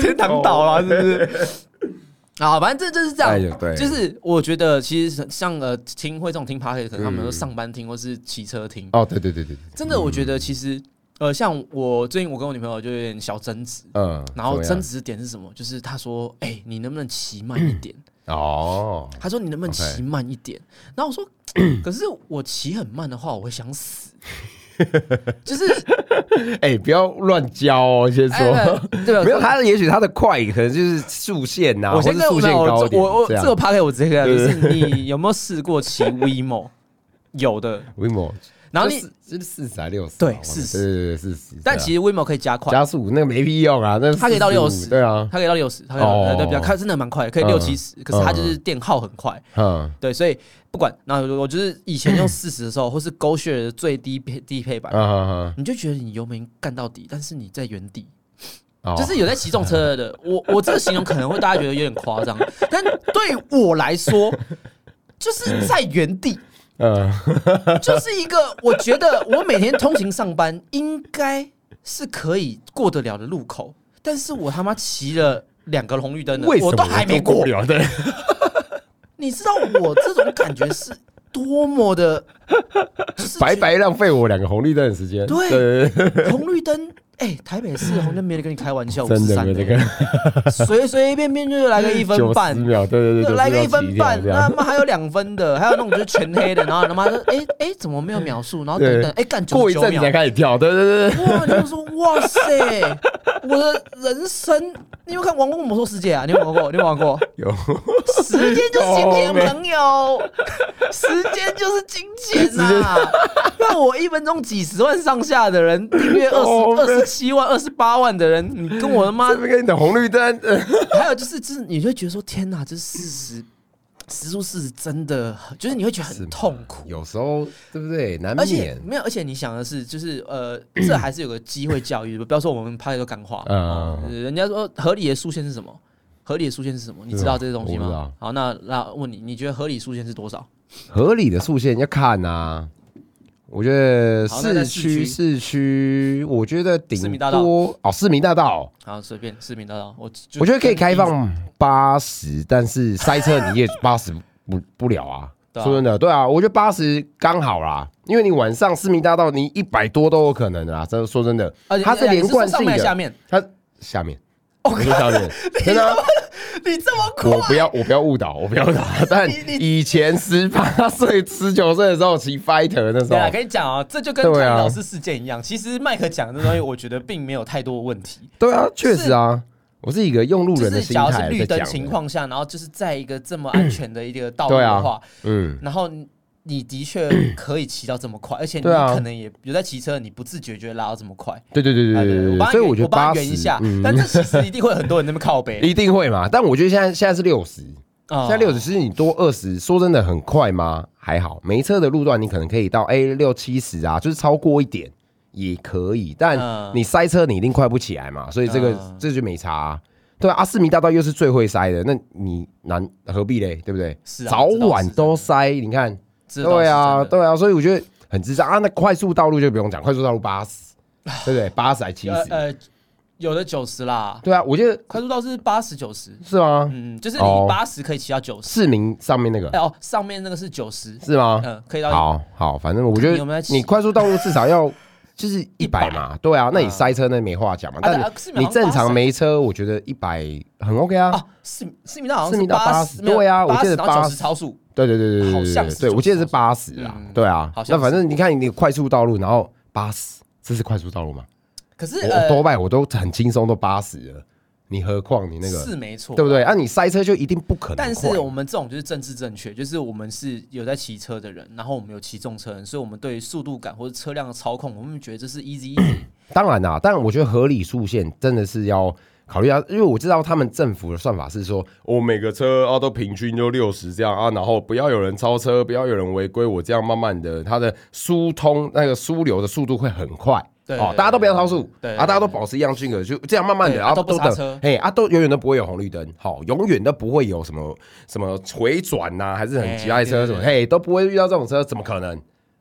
Speaker 1: 天堂岛啊，是不是？ 啊，反正这就是这
Speaker 3: 哎呦
Speaker 1: 样，
Speaker 3: 对
Speaker 1: 就是我觉得其实像呃听会这种听 p a r t 可能他们都上班听或是骑车听，
Speaker 3: 哦，对对对对，对
Speaker 1: 真的我觉得其实呃像我最近我跟我女朋友就有点小争执，
Speaker 3: 嗯，
Speaker 1: 然后
Speaker 3: 怎么
Speaker 1: 争
Speaker 3: 样
Speaker 1: 执的点是什么？就是他说：“哎、你能不能骑慢一 点？”
Speaker 3: 哦，
Speaker 1: 他说：“你能不能
Speaker 3: OK
Speaker 1: 骑慢一点？”然后我 说：“可是我骑很慢的话，我会想死。就是
Speaker 3: 哎，不要乱教哦，先
Speaker 1: 哎
Speaker 3: 说。
Speaker 1: 对吧？
Speaker 3: 没有，他也许他的快可能就是速限呐、啊，
Speaker 1: 我
Speaker 3: 或
Speaker 1: 先
Speaker 3: 是
Speaker 1: 跟
Speaker 3: 速限
Speaker 1: 那
Speaker 3: 高
Speaker 1: 我
Speaker 3: 一点
Speaker 1: 我我这
Speaker 3: 这样
Speaker 1: 个。趴 a 我直接跟
Speaker 3: 对
Speaker 1: 他讲，就是你有没有试过骑 WeMo？有 的。
Speaker 3: Wimo，
Speaker 1: 然后你
Speaker 3: 就是就是四十还六十，
Speaker 1: 对
Speaker 3: 好吧
Speaker 1: 40
Speaker 3: 对对对四十。
Speaker 1: 但其
Speaker 3: 实
Speaker 1: 实 WeMo 可以加快，
Speaker 3: 加速那个没屁用啊，那
Speaker 1: 它可以到
Speaker 3: 45
Speaker 1: 60
Speaker 3: 对啊，
Speaker 1: 它可以到六十，它可以到
Speaker 3: 哦
Speaker 1: 呃对比较，它真的蛮快的，可以
Speaker 3: 嗯
Speaker 1: 六七十。可是它就是
Speaker 3: 嗯
Speaker 1: 电耗很快，
Speaker 3: 嗯，
Speaker 1: 对，所以不管。然后我就是以前用 四十的时候，或是 GoShare 的最低配低配版
Speaker 3: 啊，啊
Speaker 1: 你就觉得你油门干到底，但是你在原地，
Speaker 3: 啊，
Speaker 1: 就是有在骑重车的。我我这个形容可能会大家觉得有点夸张，但对我来说，就是在原地，
Speaker 3: 嗯，
Speaker 1: 就是一个我觉得我每天通勤上班应该是可以过得了的路口，但是我他妈骑了。两个红绿灯了，
Speaker 3: 为什么
Speaker 1: 我都还没
Speaker 3: 不
Speaker 1: 过。
Speaker 3: 了的？
Speaker 1: 你知道我这种感觉是多么的，就是
Speaker 3: 白白浪费我两个红绿灯的时间。
Speaker 1: 对
Speaker 3: 对对，
Speaker 1: 红绿灯。哎、台北市的红灯没人跟你开玩笑，
Speaker 3: 真的
Speaker 1: 53
Speaker 3: 没
Speaker 1: 的
Speaker 3: 这个
Speaker 1: 随随便便就来个一欸分
Speaker 3: 九
Speaker 1: 半
Speaker 3: 十，秒，对对对，
Speaker 1: 来个一
Speaker 3: 90秒起
Speaker 1: 分半，
Speaker 3: 这
Speaker 1: 那
Speaker 3: 样
Speaker 1: 妈还有两分的，还有那种就是全黑的，然后他妈说，哎哎，怎么没有秒数？然后等等，哎，干九
Speaker 3: 过
Speaker 1: 十
Speaker 3: 一
Speaker 1: 九
Speaker 3: 阵子
Speaker 1: 秒
Speaker 3: 才，开始跳，对对对对，
Speaker 1: 哇，你就说哇 塞，我的人生，你有没有看《王国魔兽世界》啊？你有没有玩过？你有没有玩过？
Speaker 3: 有
Speaker 1: 时间就是金钱，朋友， 时间就是金钱呐、那我一分钟几十万上下的人，订阅二
Speaker 3: 哦
Speaker 1: 十二十七万、二十八万的人，你跟我他妈
Speaker 3: 这边跟你等红绿灯，呃
Speaker 1: 还有就是，就是你就会觉得说，天哪，这四十时速四十真的很，就是你会觉得很痛苦。
Speaker 3: 有时候对不对？难
Speaker 1: 而且
Speaker 3: 免，
Speaker 1: 没有，而且你想的是，就是呃，这还是有个机会教育，不要说我们拍的都干话。
Speaker 3: 嗯
Speaker 1: 哦人家说合理的速限是什么？合理的速限是什么？你知道这些东西
Speaker 3: 啊我不知
Speaker 1: 吗
Speaker 3: 道？
Speaker 1: 好，那那问你，你觉得合理速限是多少？
Speaker 3: 合理的速限要看啊。我觉得
Speaker 1: 好那在市
Speaker 3: 市区
Speaker 1: 区
Speaker 3: 市区，我觉得顶
Speaker 1: 市民大道
Speaker 3: 多哦，市民大道，
Speaker 1: 好，随便市民大道，我就
Speaker 3: 我觉得可以开。放八十，但是塞车你也 八十不不了啊。
Speaker 1: 对啊
Speaker 3: 说真的，对啊，我觉得八十刚好啦，因为你晚上市民大道你一百多都有可能的啦。真的说真的
Speaker 1: 而且，
Speaker 3: 它是连贯性
Speaker 1: 上哎面还是下
Speaker 3: 的，
Speaker 1: 面，
Speaker 3: 它下面，我说 下面，真的啊，
Speaker 1: 你这么快
Speaker 3: 我不要我不要误导，我不要误 导。但以前十八岁、十九岁的时候骑 fighter 那时
Speaker 1: 对啊，
Speaker 3: 候，
Speaker 1: 跟你讲啊，这就跟
Speaker 3: 对啊
Speaker 1: 唐老师事件一样。其实麦克讲的东西，我觉得并没有太多问题。
Speaker 3: 对啊，确实啊，我是一个用路
Speaker 1: 哦就
Speaker 3: 人的
Speaker 1: 是
Speaker 3: 心
Speaker 1: 假如是
Speaker 3: 态
Speaker 1: 绿
Speaker 3: 在
Speaker 1: 灯
Speaker 3: 讲
Speaker 1: 情
Speaker 3: 的，
Speaker 1: 况下，然后就是在一个这么安全的一个道路
Speaker 3: 对啊
Speaker 1: 的话，
Speaker 3: 嗯，
Speaker 1: 然后你的确可以骑到这么快，而且你
Speaker 3: 对啊
Speaker 1: 可能也有在骑车，你不自觉就会拉到这么快。
Speaker 3: 对对对
Speaker 1: 啊
Speaker 3: 对对
Speaker 1: 我
Speaker 3: 对对，
Speaker 1: 帮
Speaker 3: 所以
Speaker 1: 你
Speaker 3: 我觉得
Speaker 1: 我帮你
Speaker 3: 八十
Speaker 1: 圆一下，，
Speaker 3: 嗯
Speaker 1: 但这其实一定会很多人在那边靠背
Speaker 3: 一定会嘛。但我觉得现在现在是六十，
Speaker 1: 啊
Speaker 3: 现在六十，其实你多二十，说真的很快吗？还好，没车的路段你可能可以到哎六七十啊，就是超过一点也可以，但
Speaker 1: 嗯
Speaker 3: 你塞车你一定快不起来嘛，所以这个、
Speaker 1: 嗯
Speaker 3: 这就没差啊、对啊，阿斯米大道又是最会塞的，那你难何必嘞？对不对？
Speaker 1: 是啊
Speaker 3: 早
Speaker 1: 这倒是
Speaker 3: 晚都塞，你看，
Speaker 1: 这倒是
Speaker 3: 对啊，
Speaker 1: 真的
Speaker 3: 对啊，所以我觉得很智障啊。那快速道路就不用讲，快速道路八十，对不对？八十还七
Speaker 1: 呃
Speaker 3: 十，
Speaker 1: 呃，有的九十啦，
Speaker 3: 对啊，我记得
Speaker 1: 快速道是八十九十，
Speaker 3: 是吗？
Speaker 1: 嗯，就是
Speaker 3: 哦
Speaker 1: 你八十可以骑到九十，
Speaker 3: 市民上面那个
Speaker 1: 哎哦，上面那个是九十，
Speaker 3: 是吗？
Speaker 1: 嗯，可以到
Speaker 3: 好好，反正我觉
Speaker 1: 你有没有
Speaker 3: 得
Speaker 1: 在骑
Speaker 3: 你快速道路至少要就是一百
Speaker 1: 100
Speaker 3: 嘛，对啊，那你塞车那没话讲嘛。
Speaker 1: 啊
Speaker 3: 但
Speaker 1: 对啊市民
Speaker 3: 你
Speaker 1: 好像
Speaker 3: 正常
Speaker 1: 80
Speaker 3: 没车，我觉得一百很 OK 啊。
Speaker 1: 啊，四四米道好
Speaker 3: 四
Speaker 1: 像
Speaker 3: 米
Speaker 1: 是
Speaker 3: 道
Speaker 1: 八
Speaker 3: 80
Speaker 1: 十，没有
Speaker 3: 对啊我
Speaker 1: 80
Speaker 3: 记得
Speaker 1: 然后
Speaker 3: 80
Speaker 1: 九十超速，
Speaker 3: 对对对对
Speaker 1: 好
Speaker 3: 对
Speaker 1: 像
Speaker 3: 对
Speaker 1: 是
Speaker 3: 对，
Speaker 1: 90
Speaker 3: 我记得是八十啊
Speaker 1: 嗯，
Speaker 3: 对啊
Speaker 1: 好。像
Speaker 3: 那
Speaker 1: 是
Speaker 3: 反正你看你快速道路，然后八十，这是快速道路吗？
Speaker 1: 可是
Speaker 3: 我我
Speaker 1: 呃
Speaker 3: 多半我都很轻松，都八十了，你何况你那个
Speaker 1: 是没错，
Speaker 3: 对不对？啊，你塞车就一定不可能快。
Speaker 1: 但是我们这种就是政治正确，就是我们是有在骑车的人，然后我们有骑重车人，所以我们对于速度感或者车辆的操控，我们觉得这是 easy easy
Speaker 3: 当然啦，但我觉得合理速限真的是要考虑到，因为我知道他们政府的算法是说，我、每个车啊都平均就六十这样啊，然后不要有人超车，不要有人违规，我这样慢慢的，它的疏通那个枢流的速度会很快。
Speaker 1: 对
Speaker 3: 哦，
Speaker 1: 对
Speaker 3: 大家都不要超速，
Speaker 1: 对对
Speaker 3: 啊，大家都
Speaker 1: 对
Speaker 3: 保持一样间隔，就这样慢慢的，
Speaker 1: 对
Speaker 3: 然
Speaker 1: 啊都
Speaker 3: 后
Speaker 1: 不刹
Speaker 3: 等
Speaker 1: 车，
Speaker 3: 嘿，啊，都永远都不会有红绿灯，好，永远都不会有什么什么回转呐、还是很急爱车
Speaker 1: 哎对对
Speaker 3: 什么，
Speaker 1: 对
Speaker 3: 嘿，都不会遇到这种车，怎么可能？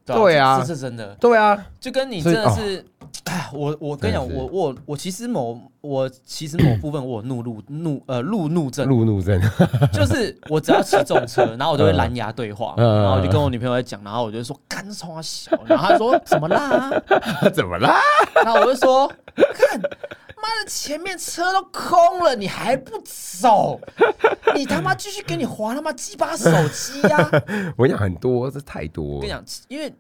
Speaker 1: 吧
Speaker 3: 对啊
Speaker 1: 这这是真的，
Speaker 3: 对啊，
Speaker 1: 就跟你
Speaker 3: 所以
Speaker 1: 真的是，哎、我我跟你讲，
Speaker 3: 真的是
Speaker 1: 我我我其实某我其实某部分我有怒怒怒呃路怒症，
Speaker 3: 路怒症，
Speaker 1: 就是我只要骑重车，然后我就会蓝牙对话，
Speaker 3: 嗯
Speaker 1: 然后我就跟我女朋友在讲，然后我就说干冲啊小，然后她说怎么啦？
Speaker 3: 怎么啦？
Speaker 1: 然后我就说看。妈的，前面车都空了，你还不走？你他妈继续给你划他妈鸡巴手机呀、
Speaker 3: 我跟你讲很多，这太多。
Speaker 1: 我跟你讲，因为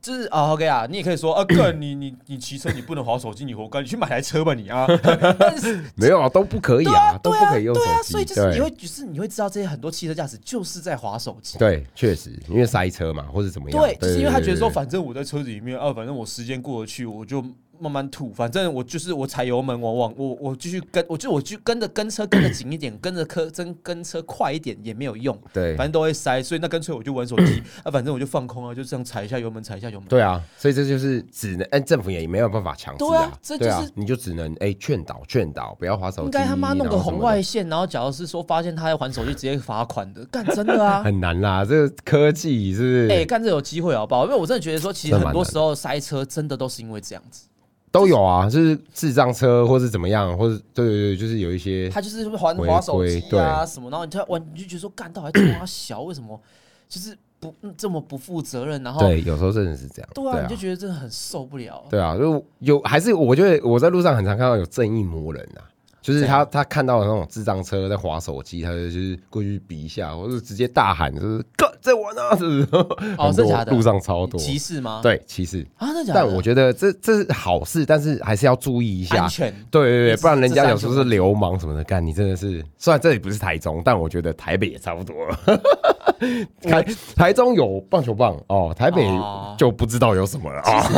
Speaker 1: 就是啊、o k 啊，你也可以说啊，个你你你骑车你不能划手机，你活该，你去买台车吧你啊。 但 是
Speaker 3: 没有啊，都不可以
Speaker 1: 对
Speaker 3: 啊，
Speaker 1: 啊，
Speaker 3: 都
Speaker 1: 对
Speaker 3: 不
Speaker 1: 啊，
Speaker 3: 可以用手
Speaker 1: 对啊，
Speaker 3: 机。
Speaker 1: 所以就是你会，就是你会知道这些很多汽车驾驶就是在划手机。
Speaker 3: 对，确实，因为塞车嘛，或者怎么样，
Speaker 1: 对，就是因为他觉得说，
Speaker 3: 对对
Speaker 1: 反正我在车子里面啊，反正我时间过得去，我就慢慢吐，反正我就是我踩油门，我往我我继续跟，我就我就跟着跟车跟的紧一点，跟着车跟跟车快一点也没有用，
Speaker 3: 对
Speaker 1: 反正都会塞，所以那干脆我就玩手 机啊，反正我就放空啊，就这样踩一下油门，踩一下油门。
Speaker 3: 对啊，所以这就是只能，哎，政府也没有办法强制
Speaker 1: 对
Speaker 3: 啊
Speaker 1: 啊，这
Speaker 3: 对啊
Speaker 1: 就是
Speaker 3: 你就只能哎劝导劝导，不要划手机，啊
Speaker 1: 应该他妈弄
Speaker 3: 然后
Speaker 1: 个
Speaker 3: 什么
Speaker 1: 红
Speaker 3: 的
Speaker 1: 外线，然后假如是说发现他在还手机，直接罚款 的，干真的啊！
Speaker 3: 很难啦，这个科技是不
Speaker 1: 哎，
Speaker 3: 是
Speaker 1: 干这有机会好不好？因为我真的觉得说，其实
Speaker 3: 真的蛮
Speaker 1: 很多
Speaker 3: 难
Speaker 1: 时候塞车真的都是因为这样子，
Speaker 3: 都有啊，就是智障车或是怎么样，或者对对对，就是有一些
Speaker 1: 他就是还
Speaker 3: 回
Speaker 1: 滑手
Speaker 3: 归
Speaker 1: 机啊什么，然后你就完你就觉得说，干到底在抓小，为什么就是不嗯这么不负责任？然后
Speaker 3: 对，有时候真的是这样，
Speaker 1: 对啊，你就觉得真的很受不了。
Speaker 3: 对啊，就有还是我觉得我在路上很常看到有正义魔人啊，就是他他看到那种智障车在划手机，他就就是过去比一下，或者直接大喊就是“哥在玩啊”，是不是？ 很多
Speaker 1: 哦真假的
Speaker 3: 路上超多，
Speaker 1: 歧视吗？
Speaker 3: 对歧视。
Speaker 1: 啊，真的假的？
Speaker 3: 但我觉得这这是好事，但是还是要注意一下
Speaker 1: 安。全
Speaker 3: 对对对，
Speaker 1: 也是
Speaker 3: 不然人家有时候
Speaker 1: 这
Speaker 3: 是
Speaker 1: 是
Speaker 3: 流氓什么的，干你真的是。虽然这里不是台中，但我觉得台北也差不多 了。台台中有棒球棒哦，台北
Speaker 1: 哦
Speaker 3: 就不知道有什么了啊。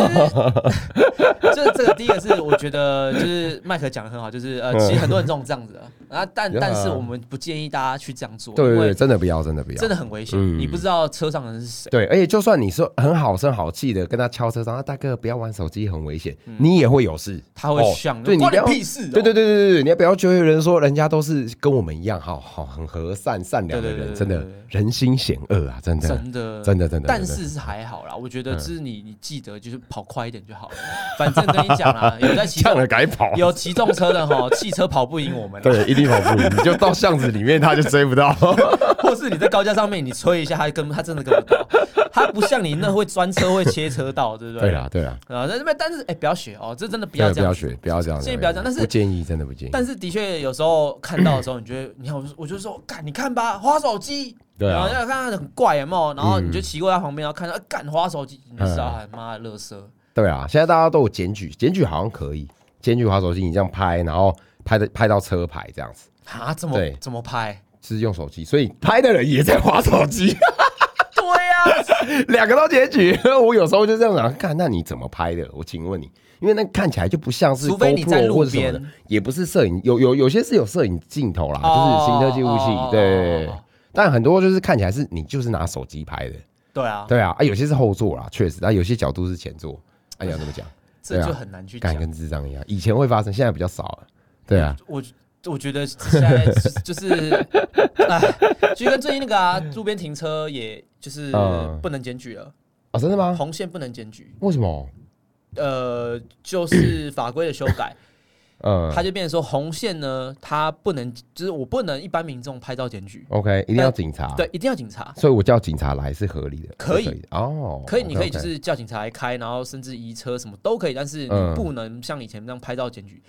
Speaker 1: 就是这个第一个是我觉得就是麦克讲的很好，就是
Speaker 3: 嗯
Speaker 1: 呃，其实很多人这种这样子的，啊，但
Speaker 3: 对啊
Speaker 1: 但是我们不建议大家去这样做，
Speaker 3: 对对
Speaker 1: 因
Speaker 3: 对，
Speaker 1: 为
Speaker 3: 真的不要，真的不要，
Speaker 1: 真的很危险，
Speaker 3: 嗯
Speaker 1: 你不知道车上的人是谁。
Speaker 3: 对，而且就算你说很好声好气的跟他敲车窗，啊大哥不要玩手机，很危险，你也会有事。
Speaker 1: 嗯他会像
Speaker 3: 对你
Speaker 1: 关你
Speaker 3: 不要
Speaker 1: 屁事哦
Speaker 3: 对对对对对，你也不要觉得人说人家都是跟我们一样，好好很和善善良的
Speaker 1: 对对
Speaker 3: 人，
Speaker 1: 对
Speaker 3: 真的
Speaker 1: 对对
Speaker 3: 人心险恶啊，真的
Speaker 1: 真的，
Speaker 3: 真的真嗯的
Speaker 1: 但
Speaker 3: 真的
Speaker 1: 是是还好啦，我觉得就是你，你记得就是跑快一点就好了。反正跟你讲 啦，有在骑
Speaker 3: 呛了
Speaker 1: 重
Speaker 3: 改跑。
Speaker 1: 有骑重车的哈，汽车跑不赢我们啦，
Speaker 3: 对，一定跑步，你就到巷子里面，他就追不到。
Speaker 1: 或是你在高架上面你吹一下，他跟他真的跟不到，他不像你那会钻车会切车道， 对不
Speaker 3: 对
Speaker 1: 对？
Speaker 3: 啦，对啦，
Speaker 1: 啊，那边但是哎、不要学哦，这真的不
Speaker 3: 不要
Speaker 1: 要
Speaker 3: 不
Speaker 1: 这样
Speaker 3: 要
Speaker 1: 子
Speaker 3: 学，不要这样，
Speaker 1: 建议不要这样但是
Speaker 3: 不建议，真的不建议。
Speaker 1: 但是的确有时候看到的时候，你觉得，你看我就我就说，干你看吧，花手机，
Speaker 3: 对啊嗯
Speaker 1: 然后要看他很怪有没有，然后你就骑过他旁边，然后看到，啊干花手机，你就知道，哎妈的，乐色，
Speaker 3: 对啊，现在大家都有检举，检举好像可以，检举滑手机，你这样拍，然后拍的拍到车牌这样子。
Speaker 1: 啊，怎么
Speaker 3: 对
Speaker 1: 怎么拍？
Speaker 3: 是用手机，所以拍的人也在划手机，
Speaker 1: 对啊呀，
Speaker 3: 两个都结局。我有时候就这样想，看那你怎么拍的？我请问你，因为那看起来就不像 是
Speaker 1: 除非你在
Speaker 3: GoPro
Speaker 1: 路
Speaker 3: 或者什么的
Speaker 1: 边，
Speaker 3: 也不是摄影，有有有些是有摄影镜头啦，
Speaker 1: 哦
Speaker 3: 就是行车记录器，
Speaker 1: 哦
Speaker 3: 对
Speaker 1: 哦哦。
Speaker 3: 但很多就是看起来是你就是拿手机拍的，
Speaker 1: 对啊，
Speaker 3: 对啊，啊有些是后座啦，确实，啊有些角度是前座，啊你要这么讲，
Speaker 1: 这就很难去讲
Speaker 3: 干。跟智障一样，以前会发生，现在比较少了，对啊，
Speaker 1: 我我觉得现在就是， 哎，就跟最近那个啊，路边停车也就是
Speaker 3: 嗯
Speaker 1: 不能检举了，
Speaker 3: 啊真的吗？
Speaker 1: 红线不能检举，
Speaker 3: 为什么？
Speaker 1: 呃，就是法规的修改。
Speaker 3: 嗯
Speaker 1: 它就变成说红线呢，它不能，就是我不能一般民众拍照检举，
Speaker 3: ，OK，一定要警察，
Speaker 1: 对，，一定要警察，
Speaker 3: 所以我叫警察来是合理的，
Speaker 1: 可以
Speaker 3: 是的哦，
Speaker 1: 可以，你可以
Speaker 3: OK，OK
Speaker 1: 就是叫警察来开，然后甚至移车什么都可以，但是
Speaker 3: 嗯
Speaker 1: 你不能像以前那样拍照检举。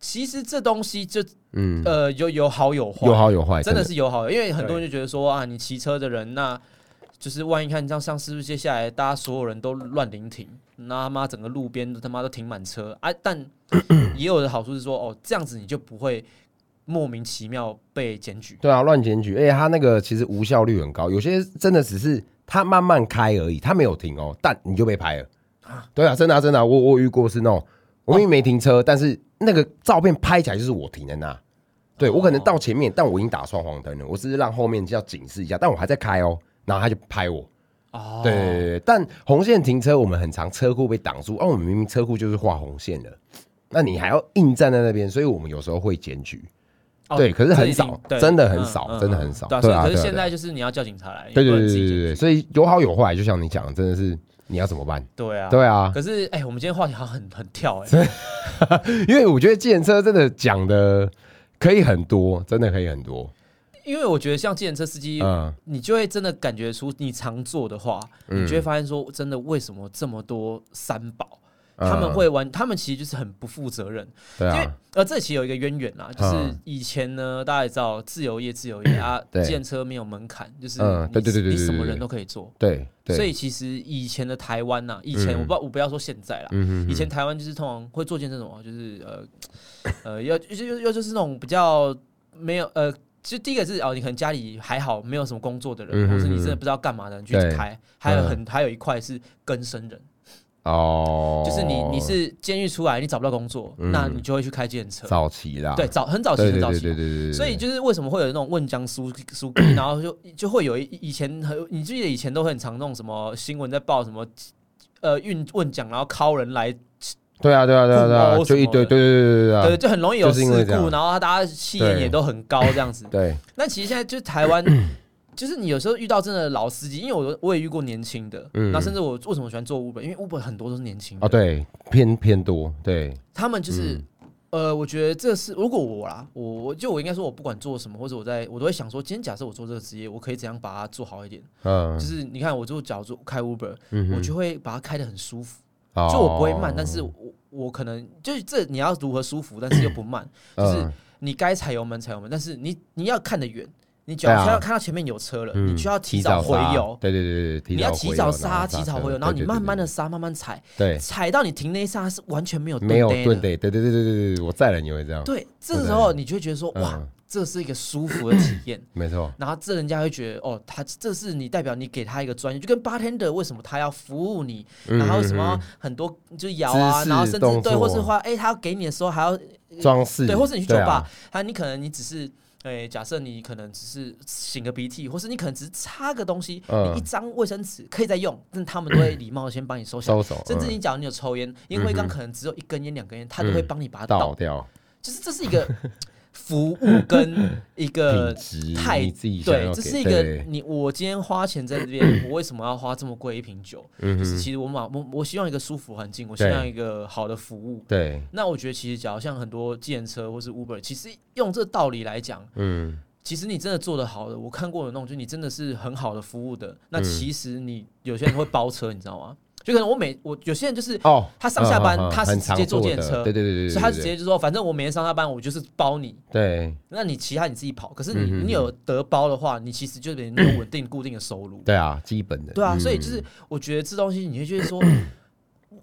Speaker 1: 其实这东西就
Speaker 3: 嗯，
Speaker 1: 呃有有好有坏，
Speaker 3: 有好有坏，
Speaker 1: 真
Speaker 3: 哎真
Speaker 1: 的是有好，因为很多人就觉得说啊，你骑车的人那。就是万一看这样，像是不是接下来大家所有人都乱临停，那他妈整个路边都他妈都停满车啊！ 但也有的好处是说，哦，这样子你就不会莫名其妙被检举。
Speaker 3: 对啊，乱检举，而且他那个其实无效率很高，有些真的只是他慢慢开而已，他没有停哦，但你就被拍了。对啊，真的啊，真的啊、我我有遇过是那种，我因为没停车，但是那个照片拍起来就是我停在那。对我可能到前面，但我已经打双黄灯了，我只是让后面要警示一下，但我还在开哦，然后他就拍我。
Speaker 1: 哦，
Speaker 3: 对对对对，但红线停车，我们很常车库被挡住，哦、我们明明车库就是画红线的，那你还要硬站在那边，所以我们有时候会检举。
Speaker 1: 哦
Speaker 3: 对可是很
Speaker 1: 这一定
Speaker 3: 少
Speaker 1: 对
Speaker 3: 真的很少
Speaker 1: 嗯嗯
Speaker 3: 真的很少
Speaker 1: 对啊，所
Speaker 3: 对
Speaker 1: 以
Speaker 3: 啊
Speaker 1: 可是
Speaker 3: 对啊
Speaker 1: 现
Speaker 3: 对啊
Speaker 1: 在就是你要叫警察来，
Speaker 3: 对
Speaker 1: 你哎
Speaker 3: 对
Speaker 1: 不能
Speaker 3: 对
Speaker 1: 自己
Speaker 3: 对
Speaker 1: 检
Speaker 3: 对
Speaker 1: 举
Speaker 3: 对，所以有好有坏，就像你讲，真的是你要怎么办？
Speaker 1: 对啊，
Speaker 3: 对啊，
Speaker 1: 可是哎、我们今天话题好像很很跳哎、 欸，
Speaker 3: 因为我觉得计程车真的讲的可以很多，真的可以很多。
Speaker 1: 因为我觉得像计程车司机，
Speaker 3: 嗯，
Speaker 1: 你就会真的感觉出你常做的话，你就会发现说，真的为什么这么多三宝？
Speaker 3: 嗯
Speaker 1: 他们会玩，他们其实就是很不负责任，
Speaker 3: 对
Speaker 1: 因为
Speaker 3: 啊，
Speaker 1: 呃，这其实有一个渊源啦，就是
Speaker 3: 嗯
Speaker 1: 以前呢，大家也知道自由业，自由业啊，
Speaker 3: 对
Speaker 1: 建车没有门槛，就是
Speaker 3: 嗯
Speaker 1: 你
Speaker 3: 对对对对
Speaker 1: 你
Speaker 3: 对
Speaker 1: 什么
Speaker 3: 对
Speaker 1: 人
Speaker 3: 对
Speaker 1: 都可以做，
Speaker 3: 对对，
Speaker 1: 所以其实以前的台湾呐、以前我不知道，我不要说现在啦，
Speaker 3: 嗯
Speaker 1: 以前台湾就是通常会做件这种啊，就是 呃呃，要就就要就是那种比较没有呃，其实第一个是哦，你可能家里还好，没有什么工作的人，
Speaker 3: 嗯哼
Speaker 1: 或是你真的不知道干嘛的人去
Speaker 3: 对
Speaker 1: 开，还有很、还有一块是更生人，
Speaker 3: 哦，
Speaker 1: 就是你你是监狱出来，你找不到工作，
Speaker 3: 嗯
Speaker 1: 那你就会去开建车，
Speaker 3: 早期啦，
Speaker 1: 对，早很早期
Speaker 3: 对
Speaker 1: 很
Speaker 3: 对
Speaker 1: 早
Speaker 3: 对
Speaker 1: 期
Speaker 3: 对对。对，
Speaker 1: 所以就是为什么会有那种问江苏苏 哥，然后就就会有一以前很，你记得以前都很常那种什么新闻在报什么，呃运问江，然后靠人来，
Speaker 3: 对啊对啊对啊对
Speaker 1: 互殴什
Speaker 3: 啊，就一
Speaker 1: 么的
Speaker 3: 堆对对对对对
Speaker 1: 对，
Speaker 3: 啊
Speaker 1: 就很容易有
Speaker 3: 就是
Speaker 1: 事
Speaker 3: 因为这
Speaker 1: 故，
Speaker 3: 样
Speaker 1: 然后大家气焰也都很高这样 子。
Speaker 3: 对，
Speaker 1: 那其实现在就是台 湾，就是你有时候遇到真的老司机，因为我我也遇过年轻的，
Speaker 3: 嗯
Speaker 1: 那甚至我为什么喜欢做 Uber，因为 Uber 很多都是年轻的，
Speaker 3: 哦对，嗯偏偏多，对，
Speaker 1: 他们就是。呃，我觉得这是如果我啦，我我就我应该说，我不管做什么，或者我在我都会想说，今天假设我做这个职业，我可以怎样把它做好一点。
Speaker 3: 嗯
Speaker 1: 就，是你看，我就假如说开 Uber，、
Speaker 3: 嗯哼
Speaker 1: 我就会把它开得很舒服，
Speaker 3: 哦
Speaker 1: 就我不会慢，但是我我可能就是这你要如何舒服，但是又不慢，就是呃
Speaker 3: 嗯
Speaker 1: 你该踩油门踩油门，但是你你要看得远，你脚要
Speaker 3: 对啊
Speaker 1: 看到前面有车了，
Speaker 3: 嗯
Speaker 1: 你就要提早回
Speaker 3: 刹
Speaker 1: 油。
Speaker 3: 对对对对对，
Speaker 1: 你要
Speaker 3: 提
Speaker 1: 提早
Speaker 3: 早回油
Speaker 1: 刹，提早回油，然后你慢慢的
Speaker 3: 对
Speaker 1: 刹，慢慢踩，
Speaker 3: 对对
Speaker 1: 踩到你停那一刹是完全没有
Speaker 3: 对没有
Speaker 1: 顿
Speaker 3: 顿
Speaker 1: 哦的。
Speaker 3: 对对对对对对对，我载人也会这样，
Speaker 1: 对，这个时候你就会觉得说，
Speaker 3: 嗯
Speaker 1: 哇，这是一个舒服的体验。
Speaker 3: 没错，
Speaker 1: 然后这人家会觉得哦，他这是你代表你给他一个专业，就跟 bartender 为什么他要服务你，然后为什么要很多就摇啊，
Speaker 3: 嗯姿势
Speaker 1: 然后甚至
Speaker 3: 动
Speaker 1: 对，
Speaker 3: 作
Speaker 1: 或是花哎、他要给你的时候还要
Speaker 3: 装饰
Speaker 1: 呃对，或是你去酒
Speaker 3: 对啊
Speaker 1: 吧，他、你可能你只是。哎，假设你可能只是擤个鼻涕，或是你可能只是擦个东西，
Speaker 3: 嗯
Speaker 1: 你一张卫生纸可以再用，但他们都会礼貌地先帮你收下来。
Speaker 3: 收手，
Speaker 1: 甚至
Speaker 3: 嗯
Speaker 1: 你假如你有抽烟，烟灰缸可能只有一根烟、两根烟，他都会帮你把它
Speaker 3: 倒
Speaker 1: 倒。
Speaker 3: 掉
Speaker 1: 就是这是一 个服务跟一个
Speaker 3: 品质，
Speaker 1: 太
Speaker 3: 你自己想
Speaker 1: 呃对
Speaker 3: 要，
Speaker 1: 这
Speaker 3: 给
Speaker 1: 是一个
Speaker 3: 对
Speaker 1: 你我今天花钱在这 边，我为什么要花这么贵一瓶酒？就是其实我嘛，我我希望一个舒服环境，我希
Speaker 3: 嗯对
Speaker 1: 望一个好的服务。
Speaker 3: 对，
Speaker 1: 那我觉得其实，假如像很多计程车或是 Uber，其实用这道理来讲，
Speaker 3: 嗯，
Speaker 1: 其实你真的做得好的，我看过有那种，就你真的是很好的服务的。
Speaker 3: 嗯
Speaker 1: 那其实你有些人会包车，你知道吗？就可能我每我有些人就是
Speaker 3: 哦，
Speaker 1: 他上下班
Speaker 3: 嗯嗯嗯
Speaker 1: 他是
Speaker 3: 很
Speaker 1: 直
Speaker 3: 常
Speaker 1: 接坐
Speaker 3: 做
Speaker 1: 电
Speaker 3: 的
Speaker 1: 车
Speaker 3: 对对对对，
Speaker 1: 所以
Speaker 3: 对
Speaker 1: 他
Speaker 3: 对
Speaker 1: 直接就说，反正我每天上下班，我就是包你。
Speaker 3: 对
Speaker 1: 那你其他你自己跑，可是你、
Speaker 3: 嗯哼
Speaker 1: 你有得包的话，你其实就得你 有稳定固定的收入。
Speaker 3: 对啊，基本的，
Speaker 1: 对啊，
Speaker 3: 嗯
Speaker 1: 所以就是我觉得这东西，你会觉得说，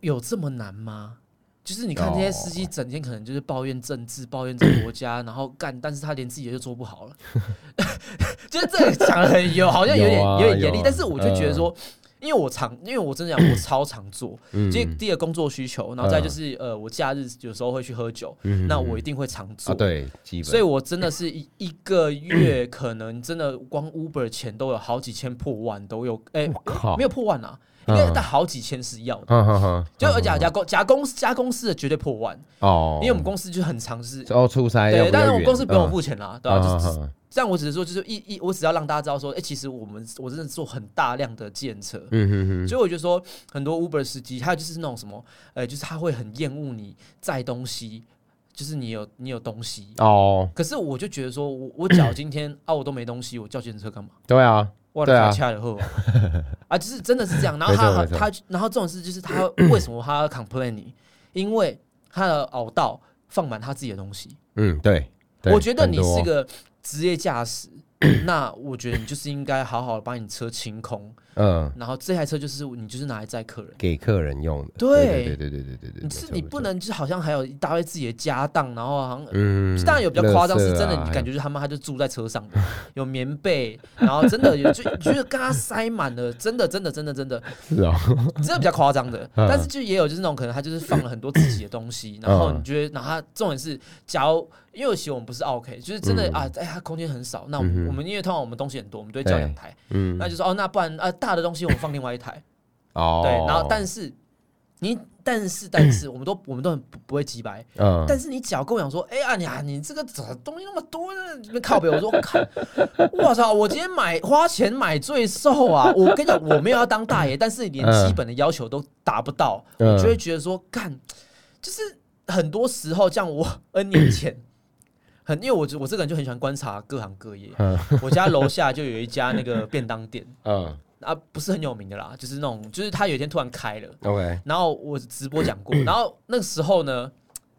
Speaker 1: 有这么难吗？就是你看这
Speaker 3: 哦
Speaker 1: 些司机整天可能就是抱怨政治、抱怨这个国家，然后干，但是他连自己的就做不好了。 就是这个讲的很有，好像有点
Speaker 3: 有啊
Speaker 1: 有点严厉
Speaker 3: 有啊，
Speaker 1: 但是我就觉得说，因为我常，因为我真的讲，我超 常做，
Speaker 3: 嗯
Speaker 1: 就是第一个工作需求，然后再就是呃，我假日有时候会去喝酒，
Speaker 3: 嗯
Speaker 1: 那我一定会常
Speaker 3: 啊
Speaker 1: 做。
Speaker 3: 对，基本，
Speaker 1: 所以我真的是一一个月，可能真的光 Uber 钱都有好几千破万都有，哎、
Speaker 3: 靠
Speaker 1: 没，有破万啊，应
Speaker 3: 哦嗯
Speaker 1: 该但好几千是要的。
Speaker 3: 哈哈哈，
Speaker 1: 就而且加公加公司加公司的绝对破万，
Speaker 3: 哦，
Speaker 1: 因为我们公司就很长是。
Speaker 3: 哦出差要
Speaker 1: 对，
Speaker 3: 比较远，
Speaker 1: 但是我们公司不用我
Speaker 3: 嗯
Speaker 1: 付钱啦，对吧、啊？就是
Speaker 3: 嗯嗯嗯
Speaker 1: 这样，我只是说，就是一一，我只要让大家知道说，哎、其实我们我真的做很大量的建设，
Speaker 3: 嗯哼哼，
Speaker 1: 所以我就说，很多 Uber 司机，还有就是那种什么，呃，就是他会很厌恶你载东西，就是你有你有东西。
Speaker 3: 哦，
Speaker 1: 可是我就觉得说，我我脚今天啊，我都没东西，我叫计程车干嘛？
Speaker 3: 对啊，
Speaker 1: 我
Speaker 3: 对啊
Speaker 1: 来掐了 后啊，就是真的是这样。然后
Speaker 3: 没错
Speaker 1: 他
Speaker 3: 没错
Speaker 1: 他然后这种事就是他为什么他要 complain 你？因为他的熬到放满他自己的东西。
Speaker 3: 嗯，对，对
Speaker 1: 我觉得你
Speaker 3: 很多
Speaker 1: 是个职业驾 驶，那我觉得你就是应该好好地把你车清空，
Speaker 3: 嗯，
Speaker 1: 然后这台车就是你就是拿来载客人。
Speaker 3: 给客人用的，
Speaker 1: 对
Speaker 3: 对对对对对对对，
Speaker 1: 你
Speaker 3: 没
Speaker 1: 是
Speaker 3: 错
Speaker 1: 你
Speaker 3: 没
Speaker 1: 不
Speaker 3: 错
Speaker 1: 能就是好像还有一大堆自己的家当，然后好像
Speaker 3: 嗯，
Speaker 1: 当然有比较夸张，
Speaker 3: 垃圾
Speaker 1: 是
Speaker 3: 啊
Speaker 1: 真的，你感觉就是他妈他就住在车上的，有棉被，然后真的有就觉得跟他塞满了，真的真的真的真的，
Speaker 3: 是哦，
Speaker 1: 真的比较夸张的。
Speaker 3: 嗯
Speaker 1: 但是就也有就是那种可能他就是放了很多自己的东西，然
Speaker 3: 嗯
Speaker 1: 后你觉得，然后他重点是，假如因为有些我们不是 OK，就是真的
Speaker 3: 嗯
Speaker 1: 啊，哎他空间很少，那我们
Speaker 3: 嗯哼
Speaker 1: 我们因为通常我们东西很多，我们都会叫两台，
Speaker 3: 嗯，
Speaker 1: 那就说哦，那不然啊大的东西我们放另外一 台，
Speaker 3: 哦，
Speaker 1: 对，然后但是你但是但是我们都我们都很不不会急白，
Speaker 3: 嗯，
Speaker 1: 但是你只要跟我讲说，哎、呀，你啊，你这个怎么东西那么多呢？这边靠北，我说 靠，我操，我今天买花钱买罪受啊！我跟你讲，我没有要当大爷，但是连基本的要求都达不到，
Speaker 3: 嗯
Speaker 1: 我就会觉得说，干，就是很多时候，像我 N 年 前。很，因为我我这个人就很喜欢观察各行各业。
Speaker 3: 嗯
Speaker 1: 我家楼下就有一家那个便当店
Speaker 3: 嗯
Speaker 1: 啊，不是很有名的啦，就是那种，就是他有一天突然开了，
Speaker 3: ，OK，
Speaker 1: 然后我直播讲 过，然后那个时候呢，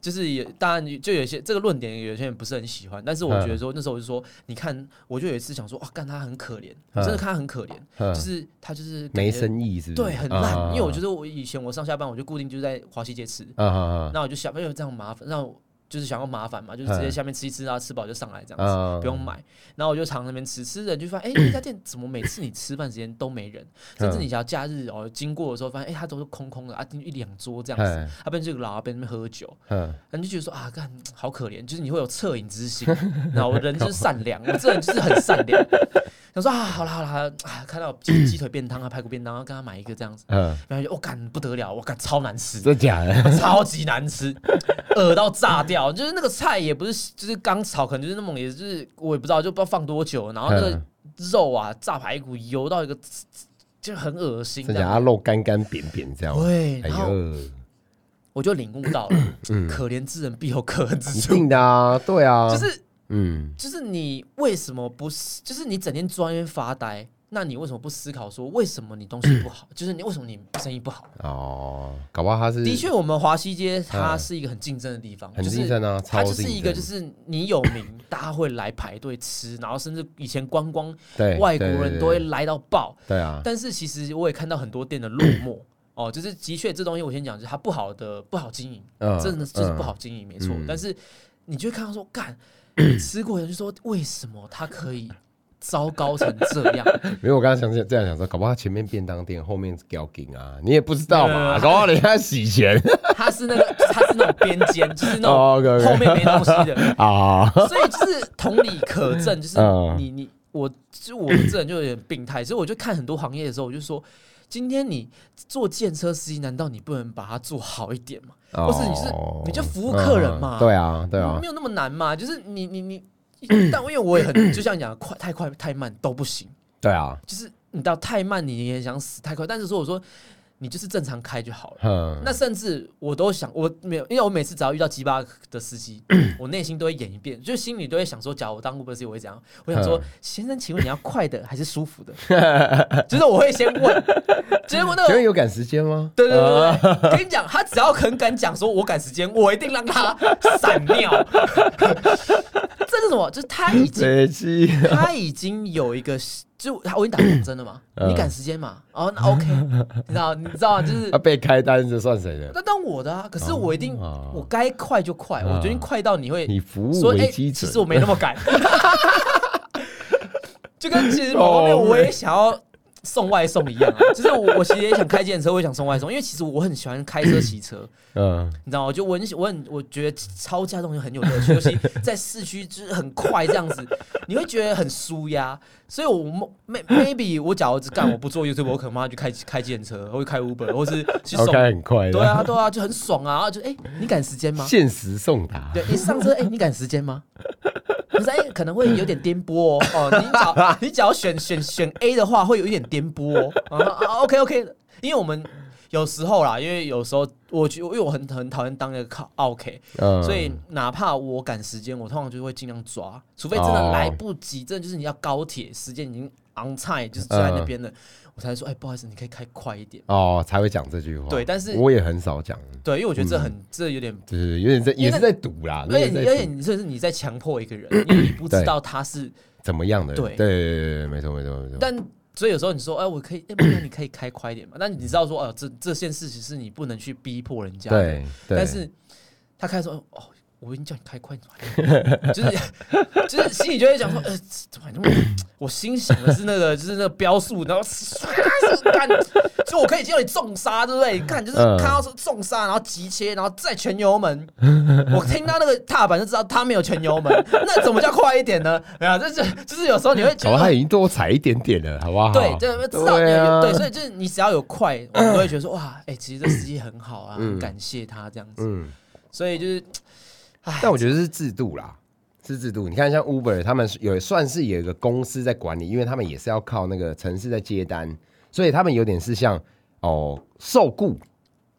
Speaker 1: 就是也当然就有些这个论点，有些人不是很喜欢，但是我觉
Speaker 3: 嗯
Speaker 1: 得说那时候我就说，你看，我就有一次想说，哇，干他很可怜，我真的看他很可怜，
Speaker 3: 嗯
Speaker 1: 就是他就是感觉
Speaker 3: 没生嗯意是不是？啊
Speaker 1: 对，很烂，因为我觉
Speaker 3: 得，
Speaker 1: 得我以前我上下班我就固定就在华西街吃，
Speaker 3: 嗯嗯
Speaker 1: 那我就想，哎呦这样麻烦，让我就是想要麻烦嘛，就是直接下面吃一吃啊，吃饱就上来这样子。
Speaker 3: 嗯，
Speaker 1: 不用买，然后我就常那边吃，吃着就发现，哎、那家店怎么每次你吃饭时间都没人，甚至你想要假日哦经过的时候，发现哎、它都是空空的啊，一两桌这样子，
Speaker 3: 嗯
Speaker 1: 他边这个老阿伯在那边喝酒，
Speaker 3: 嗯，
Speaker 1: 你就觉得说啊，干好可怜，就是你会有恻隐之心，然后我人就是善良，我这人就是很善良，想说啊，好啦好啦，啊，看到鸡鸡腿便当啊，排骨便当啊，跟他买一个这样子，
Speaker 3: 嗯，
Speaker 1: 然后就我哦干、不得了，我干超难吃，
Speaker 3: 真 假的？
Speaker 1: 超级难吃，恶到炸掉。就是那个菜也不是，就是刚炒，可能就是那种，也就是我也不知道，就不知道放多久。然后那个
Speaker 3: 嗯
Speaker 1: 肉啊，炸排骨油到一个，就很恶心
Speaker 3: 真
Speaker 1: 这
Speaker 3: 假？
Speaker 1: 样。
Speaker 3: 它肉干干扁扁这样，
Speaker 1: 对，
Speaker 3: 哎
Speaker 1: 然后
Speaker 3: 呦，嗯
Speaker 1: 我就领悟到了，可怜之人必有可恨之
Speaker 3: 一
Speaker 1: 处，
Speaker 3: 定的啊，对啊，
Speaker 1: 就是
Speaker 3: 嗯，
Speaker 1: 就是你为什么不思，就是你整天坐在那边发呆，那你为什么不思考说为什么你东西不好， 就是你为什么你生意不好？
Speaker 3: 哦，搞不好它是嗯
Speaker 1: 的确，我们华西街它是一个很竞争的地方，
Speaker 3: 很
Speaker 1: 就是
Speaker 3: 竞争啊，
Speaker 1: 它
Speaker 3: 超
Speaker 1: 就是
Speaker 3: 竞
Speaker 1: 一
Speaker 3: 争
Speaker 1: 个，就是你有 名，大家会来排队吃，然后甚至以前观光
Speaker 3: 对
Speaker 1: 外国
Speaker 3: 对对
Speaker 1: 人
Speaker 3: 对
Speaker 1: 都会来到爆。
Speaker 3: 对啊，
Speaker 1: 但是其实我也看到很多店的落寞哦，就是的确这东西我先讲，就是它不好的不好经营，
Speaker 3: 嗯
Speaker 1: 真的就是
Speaker 3: 嗯
Speaker 1: 不好经营，没错
Speaker 3: 嗯。
Speaker 1: 但是你就会看到说，干你吃过的人就说为什么它可以糟糕成这样？
Speaker 3: 没有，我刚刚想这样想说，搞不好他前面便当店，后面是 g a g 啊，你也不知道
Speaker 1: 没有没
Speaker 3: 嘛，
Speaker 1: 有
Speaker 3: 搞不好人家洗钱
Speaker 1: 它是那个它是那种边间，就是那
Speaker 3: 哦
Speaker 1: 种
Speaker 3: ，OK，OK
Speaker 1: 后面没东西的。
Speaker 3: 啊，
Speaker 1: 所以就是同理可证，就是
Speaker 3: 嗯
Speaker 1: 你你我就我这人就有点病态，所以我就看很多行业的时候，我就说，今天你做建车司机，难道你不能把它做好一点吗？
Speaker 3: 不
Speaker 1: 是你是你就服务客人嘛嗯
Speaker 3: 对啊，对啊
Speaker 1: 没，有那么难嘛，就是你你你， 但因为我也很就像你讲的，快太快太慢都不行，
Speaker 3: 对啊，
Speaker 1: 就是你到太慢你也想死，太快，但是说我说你就是正常开就好了。
Speaker 3: 哼，
Speaker 1: 那甚至我都想，我没有，因为我每次只要遇到鸡巴的司机，我内心都会演一遍，就心里都会想说，假如我当 Uber 司机，我会怎样？我想说
Speaker 3: 嗯，
Speaker 1: 先生，请问你要快的还是舒服的？就是我会先问，结果那
Speaker 3: 请
Speaker 1: 个。
Speaker 3: 问有赶时间吗？
Speaker 1: 对对对对对，跟你讲，他只要肯敢讲说我赶时间，我一定让他闪尿。这是什么？就是他已经
Speaker 3: 飞机，
Speaker 1: 他已经有一个，就他我已经打认真了嘛，
Speaker 3: 嗯
Speaker 1: 你赶时间嘛，哦那 OK，你知道你知道就是
Speaker 3: 啊，被开单这算谁的？
Speaker 1: 那当我的啊，可是我一定，
Speaker 3: 哦
Speaker 1: 我该快就快，
Speaker 3: 啊
Speaker 1: 我决定快到你会
Speaker 3: 以服务
Speaker 1: 说，哎、
Speaker 3: 为基
Speaker 1: 其
Speaker 3: 准
Speaker 1: 实，我没那么 赶，就跟其实某方面
Speaker 3: 哦
Speaker 1: 我也想要送外送一样、啊，就是我我其实也想开电车，我也想送外送，因为其实我很喜欢开车、骑车，
Speaker 3: 嗯，
Speaker 1: 你知道吗？就我很喜我很我觉得超驾这种很有乐趣，尤其在市区就是很快这样子，你会觉得很舒压。所以我梦 may- maybe 我假如只干我不做 YouTube，我可能妈去开开电车，或者开 Uber，或是去
Speaker 3: 要
Speaker 1: 送
Speaker 3: 哦开很快的，
Speaker 1: 对啊，对啊，就很爽啊！然后就哎、你赶时间吗？
Speaker 3: 限时送达，
Speaker 1: 对，一上车，哎、你赶时间吗？不是，哎、可能会有点颠簸哦。哦，你只 要你只要选选选 A 的话，会有一点颠簸哦。啊、o k 啊 OK，因为我们有时候啦，因为有时候我觉，因为我很很讨厌当一个靠 OK，
Speaker 3: 嗯
Speaker 1: 所以哪怕我赶时间，我通常就会尽量抓，除非真的来不及，真的就是你要高铁时间已经 on time，就是坐
Speaker 3: 嗯
Speaker 1: 在那边了，我才说，哎，不好意思，你可以开快一点。
Speaker 3: 哦才会讲这句话。
Speaker 1: 对但是
Speaker 3: 我也很少讲，
Speaker 1: 对，因为我觉得这
Speaker 3: 嗯
Speaker 1: 很，这有点
Speaker 3: 就是有点在
Speaker 1: 因为
Speaker 3: 也是在赌啦，
Speaker 1: 而且
Speaker 3: 那
Speaker 1: 你，
Speaker 3: 个
Speaker 1: 而
Speaker 3: 在
Speaker 1: 且
Speaker 3: 赌
Speaker 1: 你这是你在强迫一个人，因为你不知
Speaker 3: 对
Speaker 1: 道他是，
Speaker 3: 怎么样的？
Speaker 1: 对
Speaker 3: 对对对对，没错没错没错。
Speaker 1: 但所以有时候你说，哎，我可以，哎，不然你可以开快一点嘛。但你知道说，哦，这这件事情是你不能去逼迫人家的。
Speaker 3: 对，对
Speaker 1: 但是他开说，哦，我已经叫你开快一点了， 就是就是心里就会讲说，呃，怎么还那么 我心想的是那个就是那个标速，然后干，所以我可以叫你重刹，对不对？看就是
Speaker 3: 嗯
Speaker 1: 看到是重刹，然后急切，然后再全油门，我听到那个踏板就知道他没有全油门，那怎么叫快一点呢？对啊，就是就是有时候你会觉
Speaker 3: 搞不好他
Speaker 1: 得。
Speaker 3: 已经多踩一点点了，好不好？
Speaker 1: 对，对，知道
Speaker 3: 对啊
Speaker 1: 对，所以就是你只要有 快，我们都会觉得说哇，哎、其实这司机很好啊，很感谢他这样子。
Speaker 3: 嗯。
Speaker 1: 所以就是，唉，
Speaker 3: 但我觉得是制度啦，是制度。你看，像 Uber 他们是有算是有一个公司在管理，因为他们也是要靠那个城市在接单，所以他们有点是像哦受雇，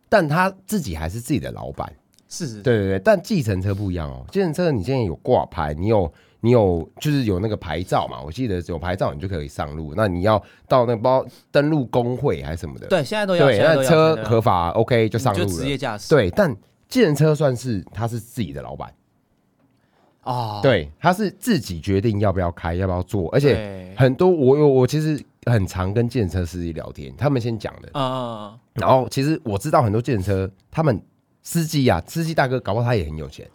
Speaker 3: 但他自己还是自己的老板。
Speaker 1: 是是，
Speaker 3: 对对对，但计程车不一样哦，计程车你现在有挂牌，你有你有就是有那个牌照嘛，我记得有牌照你就可以上路，那你要到那个包登录工会还是什么的，
Speaker 1: 对，现在都要，现在都
Speaker 3: 那
Speaker 1: 要
Speaker 3: 车
Speaker 1: 现在都要
Speaker 3: 合法 OK 就
Speaker 1: 你
Speaker 3: 上
Speaker 1: 就
Speaker 3: 路
Speaker 1: 职
Speaker 3: 了
Speaker 1: 业。驾驶，
Speaker 3: 对，但计程车算是他是自己的老板。
Speaker 1: 啊，
Speaker 3: 对，他是自己决定要不要开，要不要做，而且
Speaker 1: 对，
Speaker 3: 很多我有我其实很常跟建车司机聊天，他们先讲的，
Speaker 1: 啊，
Speaker 3: 然后其实我知道很多建车，他们司机啊，司机大哥搞不好他也很有钱，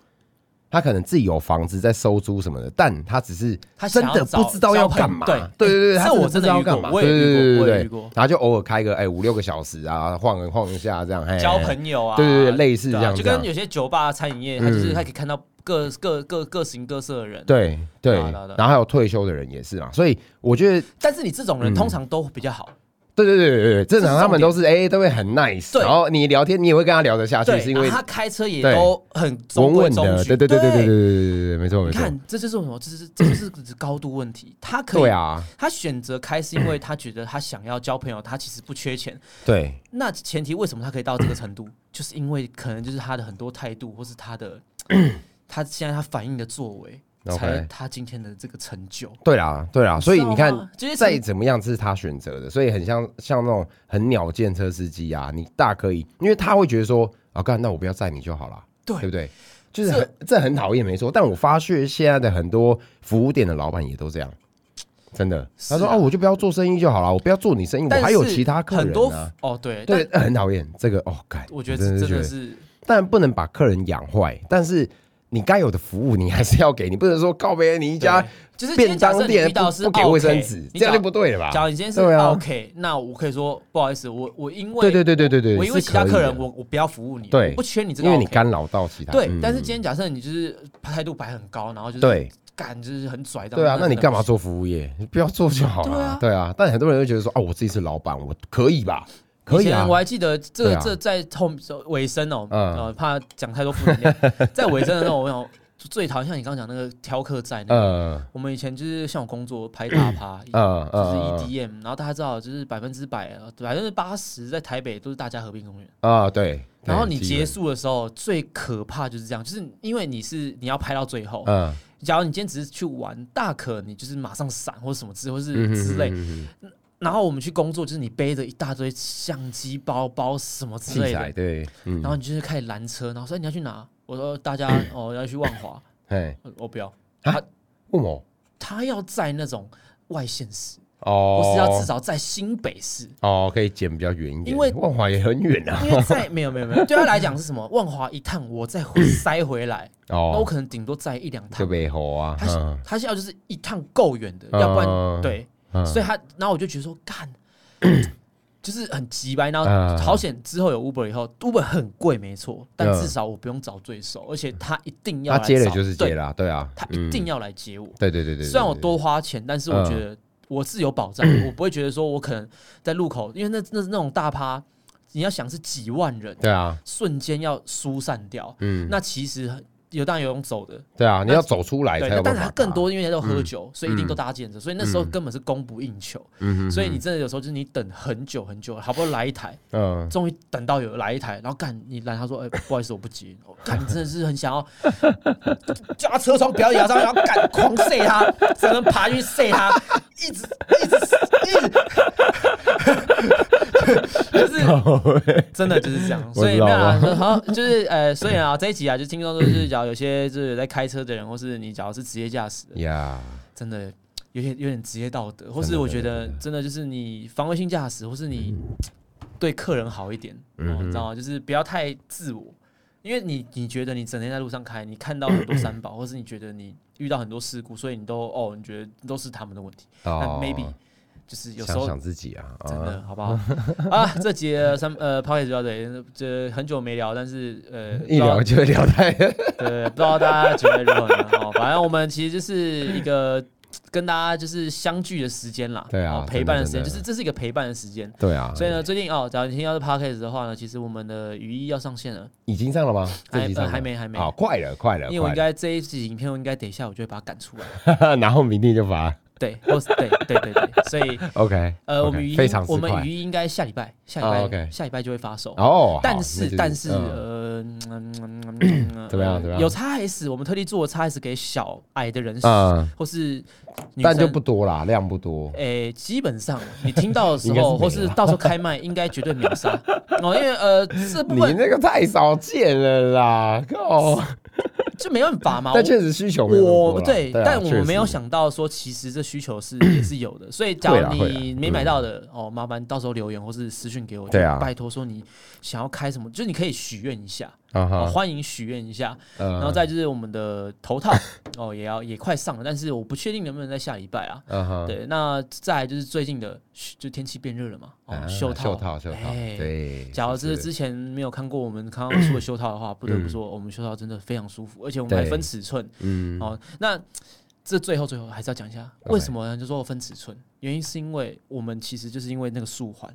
Speaker 3: 他可能自己有房子在收租什么的，但他只是
Speaker 1: 他
Speaker 3: 真
Speaker 1: 想
Speaker 3: 的
Speaker 1: 要找
Speaker 3: 不知道要干嘛，
Speaker 1: 交朋
Speaker 3: 对
Speaker 1: 友哎
Speaker 3: 对对
Speaker 1: 这
Speaker 3: 对，他
Speaker 1: 我真
Speaker 3: 真
Speaker 1: 的
Speaker 3: 的不知道要
Speaker 1: 遇过
Speaker 3: 干嘛，
Speaker 1: 我
Speaker 3: 对
Speaker 1: 也
Speaker 3: 对
Speaker 1: 遇过
Speaker 3: 对
Speaker 1: 我也
Speaker 3: 对
Speaker 1: 遇过
Speaker 3: 对，然后就偶尔开个哎五六个小时啊，晃一晃一下这样，嘿
Speaker 1: 交朋友啊，
Speaker 3: 对对对类似
Speaker 1: 对啊
Speaker 3: 这样
Speaker 1: 就
Speaker 3: 这
Speaker 1: 跟
Speaker 3: 样
Speaker 1: 有些酒吧、餐饮业，他就是
Speaker 3: 嗯
Speaker 1: 他可以看到各各各各形各色的人，。
Speaker 3: 对对，
Speaker 1: 对啊对啊对啊
Speaker 3: 然后还有退休的人也是嘛，啊所以我觉得
Speaker 1: 但是你这种人
Speaker 3: 嗯
Speaker 1: 通常都比较好，
Speaker 3: 对对对对对，正常他们都是哎、都会很 nice，
Speaker 1: 对
Speaker 3: 然后你聊天你也会跟他聊得下去，啊是
Speaker 1: 对，
Speaker 3: 因
Speaker 1: 然后
Speaker 3: 为
Speaker 1: 他开车也
Speaker 3: 对
Speaker 1: 都很中
Speaker 3: 稳
Speaker 1: 规
Speaker 3: 稳
Speaker 1: 中
Speaker 3: 的，
Speaker 1: 矩，
Speaker 3: 对对对对对对对对对，没错没
Speaker 1: 你
Speaker 3: 错，
Speaker 1: 看，这就是什么？这是这就是高度问题。他可以，
Speaker 3: 对啊，
Speaker 1: 他选择开是因为他觉得他想要交朋友，他其实不缺钱，
Speaker 3: 对
Speaker 1: 那前提为什么他可以到这个程度，就是因为可能就是他的很多态度，或是他 的他现在他反应的作为，
Speaker 3: OK
Speaker 1: 才有他今天的这个成就。
Speaker 3: 对啦对啊啦，所以你
Speaker 1: 知道
Speaker 3: 看
Speaker 1: 吗，就是
Speaker 3: 再
Speaker 1: 从
Speaker 3: 怎么样这是他选择的，所以很像像那种很鸟见车司机啊，你大可以，因为他会觉得说啊，干那我不要载你就好啦，
Speaker 1: 对
Speaker 3: 对不对？就是很这很讨厌没错，但我发现现在的很多服务店的老板也都这样。真的，
Speaker 1: 是
Speaker 3: 他说：“
Speaker 1: 啊
Speaker 3: 哦，我就不要做生意就好了，我不要做你生意，我
Speaker 1: 但
Speaker 3: 还有
Speaker 1: 是
Speaker 3: 其他客人、啊、
Speaker 1: 很多哦，对，
Speaker 3: 对
Speaker 1: 但，
Speaker 3: 很讨厌这个哦，感
Speaker 1: 我觉得这真的，是
Speaker 3: 但不能把客人养坏，但是你该有的服务你还是要给，你不能说告别你一家
Speaker 1: 对就是今
Speaker 3: 便
Speaker 1: 天假设
Speaker 3: 当
Speaker 1: 你
Speaker 3: 店
Speaker 1: 遇到是哦
Speaker 3: 不给
Speaker 1: OK，
Speaker 3: 卫生纸，
Speaker 1: 你
Speaker 3: 这样
Speaker 1: 假
Speaker 3: 就不对了吧？
Speaker 1: 假如你今天是
Speaker 3: 对啊
Speaker 1: OK，那我可以说不好意思，我我因为
Speaker 3: 对对对对对对，
Speaker 1: 我因为
Speaker 3: 是
Speaker 1: 其他
Speaker 3: 可以
Speaker 1: 客人，
Speaker 3: 的
Speaker 1: 我我不要服务你，
Speaker 3: 对
Speaker 1: 我不缺你这个
Speaker 3: 因
Speaker 1: OK，
Speaker 3: 为你干扰到其他
Speaker 1: 对
Speaker 3: 嗯。
Speaker 1: 但是今天假设你就是态度摆很高，然后就是
Speaker 3: 对
Speaker 1: 干就是很拽这样，
Speaker 3: 对啊，那你
Speaker 1: 真的
Speaker 3: 干
Speaker 1: 不
Speaker 3: 嘛
Speaker 1: 行？
Speaker 3: 做服务业？你不要做就好
Speaker 1: 对啊
Speaker 3: 了。对啊，但很多人就觉得说啊，我自己是老板，我可以吧？可以
Speaker 1: 前
Speaker 3: 啊
Speaker 1: 我，还记得这个、
Speaker 3: 对啊
Speaker 1: 这在后尾声哦，
Speaker 3: 嗯
Speaker 1: 呃，怕讲太多负能 量，在尾声的时候，我想最讨厌像你刚刚讲那个挑客在那个。
Speaker 3: 呃
Speaker 1: 我们以前就是像我工作拍大趴，就
Speaker 3: 呃呃
Speaker 1: 是 EDM，然后大家知道就是百分之百呃百分之八十在台北都是大家和平公园。
Speaker 3: 啊，对。
Speaker 1: 然后
Speaker 3: 对
Speaker 1: 你
Speaker 3: 基本
Speaker 1: 结束的时候，最可怕就是这样，就是因为你是你要拍到最后，
Speaker 3: 嗯
Speaker 1: 假如你今天只是去玩，大可你就是马上闪或什么之或是
Speaker 3: 嗯
Speaker 1: 之类，
Speaker 3: 嗯嗯嗯嗯
Speaker 1: 然后我们去工作，就是你背着一大堆相机、包包什么之
Speaker 3: 器
Speaker 1: 类
Speaker 3: 材
Speaker 1: 的，
Speaker 3: 对，嗯
Speaker 1: 然后你就是开始拦车，然后说哎你要去哪？我说大家 哦要去万华，
Speaker 3: 哎，
Speaker 1: 呃我不要，
Speaker 3: 为什么？
Speaker 1: 他要在那种外县市，
Speaker 3: 哦，
Speaker 1: 或是要至少在新北市，
Speaker 3: 哦，可以剪比较远一点，
Speaker 1: 因为
Speaker 3: 万华也很 远啊。
Speaker 1: 因为在没有没有没有，对他来讲是什么？万华一趟我再 回塞回来，那我
Speaker 3: 哦，
Speaker 1: 可能顶多载一两
Speaker 3: 特
Speaker 1: 趟。
Speaker 3: 别好啊。
Speaker 1: 他
Speaker 3: 嗯
Speaker 1: 他是要就是一趟够远的，
Speaker 3: 嗯
Speaker 1: 要不然对，
Speaker 3: 嗯
Speaker 1: 所以他然后我就觉得说干。 就是很急白，然
Speaker 3: 嗯
Speaker 1: 后好险之后有 Uber 以后，Uber 很贵没错，但
Speaker 3: 嗯
Speaker 1: 至少我不用找罪受，而且他一定要
Speaker 3: 他
Speaker 1: 来
Speaker 3: 接了嗯
Speaker 1: 找
Speaker 3: 就是
Speaker 1: 对
Speaker 3: 接啦，对啊，
Speaker 1: 他
Speaker 3: 嗯
Speaker 1: 一定要来接我。
Speaker 3: 对对对对。
Speaker 1: 虽然我
Speaker 3: 对
Speaker 1: 多，花钱，但是我觉
Speaker 3: 嗯
Speaker 1: 得我是有 保障，我不会觉得说我可能在路口，因为那那那种大趴，你要想是几万人
Speaker 3: 对对啊，
Speaker 1: 瞬间要疏散掉，
Speaker 3: 嗯，
Speaker 1: 那其实有当然有用走的，
Speaker 3: 对啊，你要走出来
Speaker 1: 对，
Speaker 3: 才
Speaker 1: 那
Speaker 3: 有
Speaker 1: 但
Speaker 3: 办
Speaker 1: 是
Speaker 3: 法
Speaker 1: 他
Speaker 3: 打。
Speaker 1: 更多因为都喝酒，所以一定
Speaker 3: 嗯
Speaker 1: 都搭建着，所以那时候根本是供不应求，
Speaker 3: 嗯，嗯
Speaker 1: 所以你真的有时候就是你等很久很久，好不容易来一台，
Speaker 3: 嗯，
Speaker 1: 终于等到有来一台，然后干你拦他说，哎、不好意思，我不接。我看你真的是很想要叫他车窗不要摇上，然后干狂塞他，只能爬进去塞他，一直一直一直， 就是真的就是这样。所以没有
Speaker 3: 我知道
Speaker 1: 啊，好就是呃，所以啊，这一集啊，就听说就是假如有些就是有在开车的人，或是你假如是职业驾驶的，
Speaker 3: 呀，
Speaker 1: 真的有点有点职业道德，或
Speaker 3: 真
Speaker 1: 是
Speaker 3: 的
Speaker 1: 我
Speaker 3: 真
Speaker 1: 觉
Speaker 3: 的嗯
Speaker 1: 得真的就是你防卫性驾驶，或是你对客人好一点，哦你知道吗？就是不要太自我，因为你你觉得你整天在路上开，你看到很多三 宝，或是你觉得你遇到很多事故，所以你都哦，你觉得都是他们的问题，但
Speaker 3: 哦
Speaker 1: maybe 就是有时
Speaker 3: 想
Speaker 1: 候
Speaker 3: 想自己啊，
Speaker 1: 真
Speaker 3: 啊
Speaker 1: 的，好不好？啊，这节三呃 p o c k e t 就到这里，这很久没聊，但是呃，不
Speaker 3: 一
Speaker 1: 知道
Speaker 3: 聊就聊 太，
Speaker 1: 对，不知道大家觉得如何呢？哦，反正我们其实就是一 个跟大家就是相聚的时间啦，
Speaker 3: 对啊
Speaker 1: 哦陪伴的时间，
Speaker 3: 真的
Speaker 1: 就
Speaker 3: 真的
Speaker 1: 是这是一个陪伴的时间。
Speaker 3: 对啊，
Speaker 1: 所以呢，最近哦，假如你听到这 podcast 的话呢，其实我们的雨衣要上线了，
Speaker 3: 已经上了吗？
Speaker 1: 还
Speaker 3: 这集上了
Speaker 1: 呃还没还没
Speaker 3: 好，快了，快了，
Speaker 1: 因为我应
Speaker 3: 快了，
Speaker 1: 该这一集影片，我应该等一下我就会把它赶出来，
Speaker 3: 然后明天就发
Speaker 1: 对，或是对对对对，所以
Speaker 3: ，OK，
Speaker 1: 呃，我们
Speaker 3: OK，
Speaker 1: 雨衣
Speaker 3: 非常之
Speaker 1: 我们
Speaker 3: 快
Speaker 1: 雨衣应该下礼拜下礼
Speaker 3: 哦
Speaker 1: 拜
Speaker 3: ，OK
Speaker 1: 下礼拜就会发售。
Speaker 3: 哦，好
Speaker 1: 但
Speaker 3: 那
Speaker 1: 是
Speaker 3: 就
Speaker 1: 但是
Speaker 3: 嗯
Speaker 1: 呃，嗯嗯嗯嗯嗯
Speaker 3: 怎么样
Speaker 1: 呃
Speaker 3: 怎么样
Speaker 1: 有 x S，我们特地做了 x S 给小矮的人使
Speaker 3: 嗯，
Speaker 1: 或是女
Speaker 3: 但就
Speaker 1: 生
Speaker 3: 不多啦，量不多，
Speaker 1: 诶、基本上你听到 的时
Speaker 3: 应该是
Speaker 1: 候，
Speaker 3: 没
Speaker 1: 或是
Speaker 3: 了
Speaker 1: 到时候开麦，应该绝对秒 杀哦，因为呃，这部
Speaker 3: 你
Speaker 1: 分
Speaker 3: 那个太少见了啦，靠！
Speaker 1: 就没办法嘛。
Speaker 3: 但确实需求没有那么
Speaker 1: 我
Speaker 3: 多
Speaker 1: 我
Speaker 3: 啦
Speaker 1: 对，
Speaker 3: 啊
Speaker 1: 但我
Speaker 3: 确
Speaker 1: 们
Speaker 3: 实
Speaker 1: 没有想到说，其实这需求 是也是有的。所以，假
Speaker 3: 会啦
Speaker 1: 如
Speaker 3: 会啦
Speaker 1: 你没买到的，哦，麻烦到时候留言或是私讯给我，
Speaker 3: 对啊
Speaker 1: 就拜托说你想要开什么，就是你可以许愿一下，
Speaker 3: 啊
Speaker 1: 哦
Speaker 3: 哈，
Speaker 1: 欢迎许愿一下。
Speaker 3: 然
Speaker 1: 然后再就是我们的头套哦，也要也快上了，但是我不确定能不能在下礼拜啊。
Speaker 3: 嗯哼，
Speaker 1: 对，那再来就是最近的，就天气变热了嘛，哦，
Speaker 3: 啊
Speaker 1: 袖套，
Speaker 3: 袖套，袖套，
Speaker 1: 哎。
Speaker 3: 对。
Speaker 1: 假如是
Speaker 3: 是嗯
Speaker 1: 之前没有看过我们 康康出的袖套的话，不得不说，我们袖套真的非常舒服，而且我们还
Speaker 3: 对
Speaker 1: 分尺寸。
Speaker 3: 嗯，
Speaker 1: 哦，那这最后最后还是要讲一下，
Speaker 3: OK
Speaker 1: 为什么呢？就说分尺寸，原因是因为我们其实就是因为那个束环。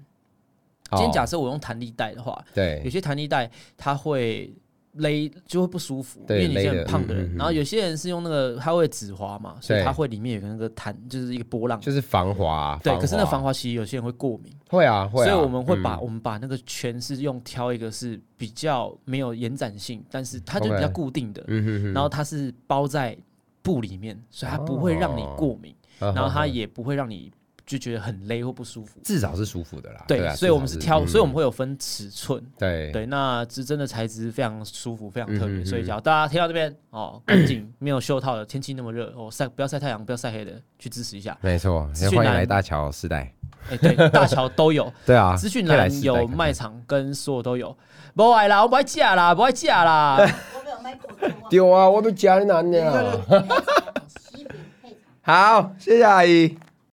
Speaker 3: 哦
Speaker 1: 今天假设我用弹力带的话，有
Speaker 3: 对
Speaker 1: 些弹力带它会勒，就会不舒服，因
Speaker 3: 对
Speaker 1: 为你是
Speaker 3: 勒
Speaker 1: 很
Speaker 3: 的
Speaker 1: 胖的
Speaker 3: 嗯嗯
Speaker 1: 人。
Speaker 3: 嗯
Speaker 1: 然后有些人是用那个，它会止滑嘛，所以
Speaker 3: 对
Speaker 1: 它会里面有个那个弹，就是一个波浪。
Speaker 3: 就是防滑，
Speaker 1: 对，可是那防
Speaker 3: 滑
Speaker 1: 滑其实有些人会过敏。
Speaker 3: 会啊会啊，
Speaker 1: 所以我们会把、
Speaker 3: 嗯
Speaker 1: 我们把那个圈是用挑一个是比较没有延展性，但是它就
Speaker 3: OK
Speaker 1: 比较固定的
Speaker 3: 嗯哼哼，
Speaker 1: 然后它是包在布里面，所以它不会让你
Speaker 3: 哦
Speaker 1: 过敏，
Speaker 3: 然
Speaker 1: 然后它也不会让你就觉得很勒或不舒服。
Speaker 3: 至少是舒服的啦。
Speaker 1: 对，
Speaker 3: 啊
Speaker 1: 所以我们是挑，所以我们
Speaker 3: 会
Speaker 1: 会有分尺寸。
Speaker 3: 对
Speaker 1: 对，那是真的材质非常舒服，非常特别。
Speaker 3: 嗯嗯嗯
Speaker 1: 所以，假如大家听到这边哦，赶紧没有袖套的，天气那么热哦，晒不要晒太阳，不要晒黑的，去支持一下。
Speaker 3: 没错，
Speaker 1: 资
Speaker 3: 也
Speaker 1: 讯
Speaker 3: 欢迎
Speaker 1: 栏
Speaker 3: 来大桥时代。
Speaker 1: 哎、对，大小都有。
Speaker 3: 对 啊，
Speaker 1: 资讯
Speaker 3: 可以来
Speaker 1: 栏
Speaker 3: 世代
Speaker 1: 有
Speaker 3: 看看
Speaker 1: 卖场跟所有都有。不爱啦，我不爱嫁啦，不爱嫁啦。
Speaker 2: 我没有卖口罩啊，
Speaker 3: 对啊，我都家里男的
Speaker 2: 配
Speaker 3: 啊。
Speaker 2: 茶西饼配茶。
Speaker 3: 好，谢谢阿姨。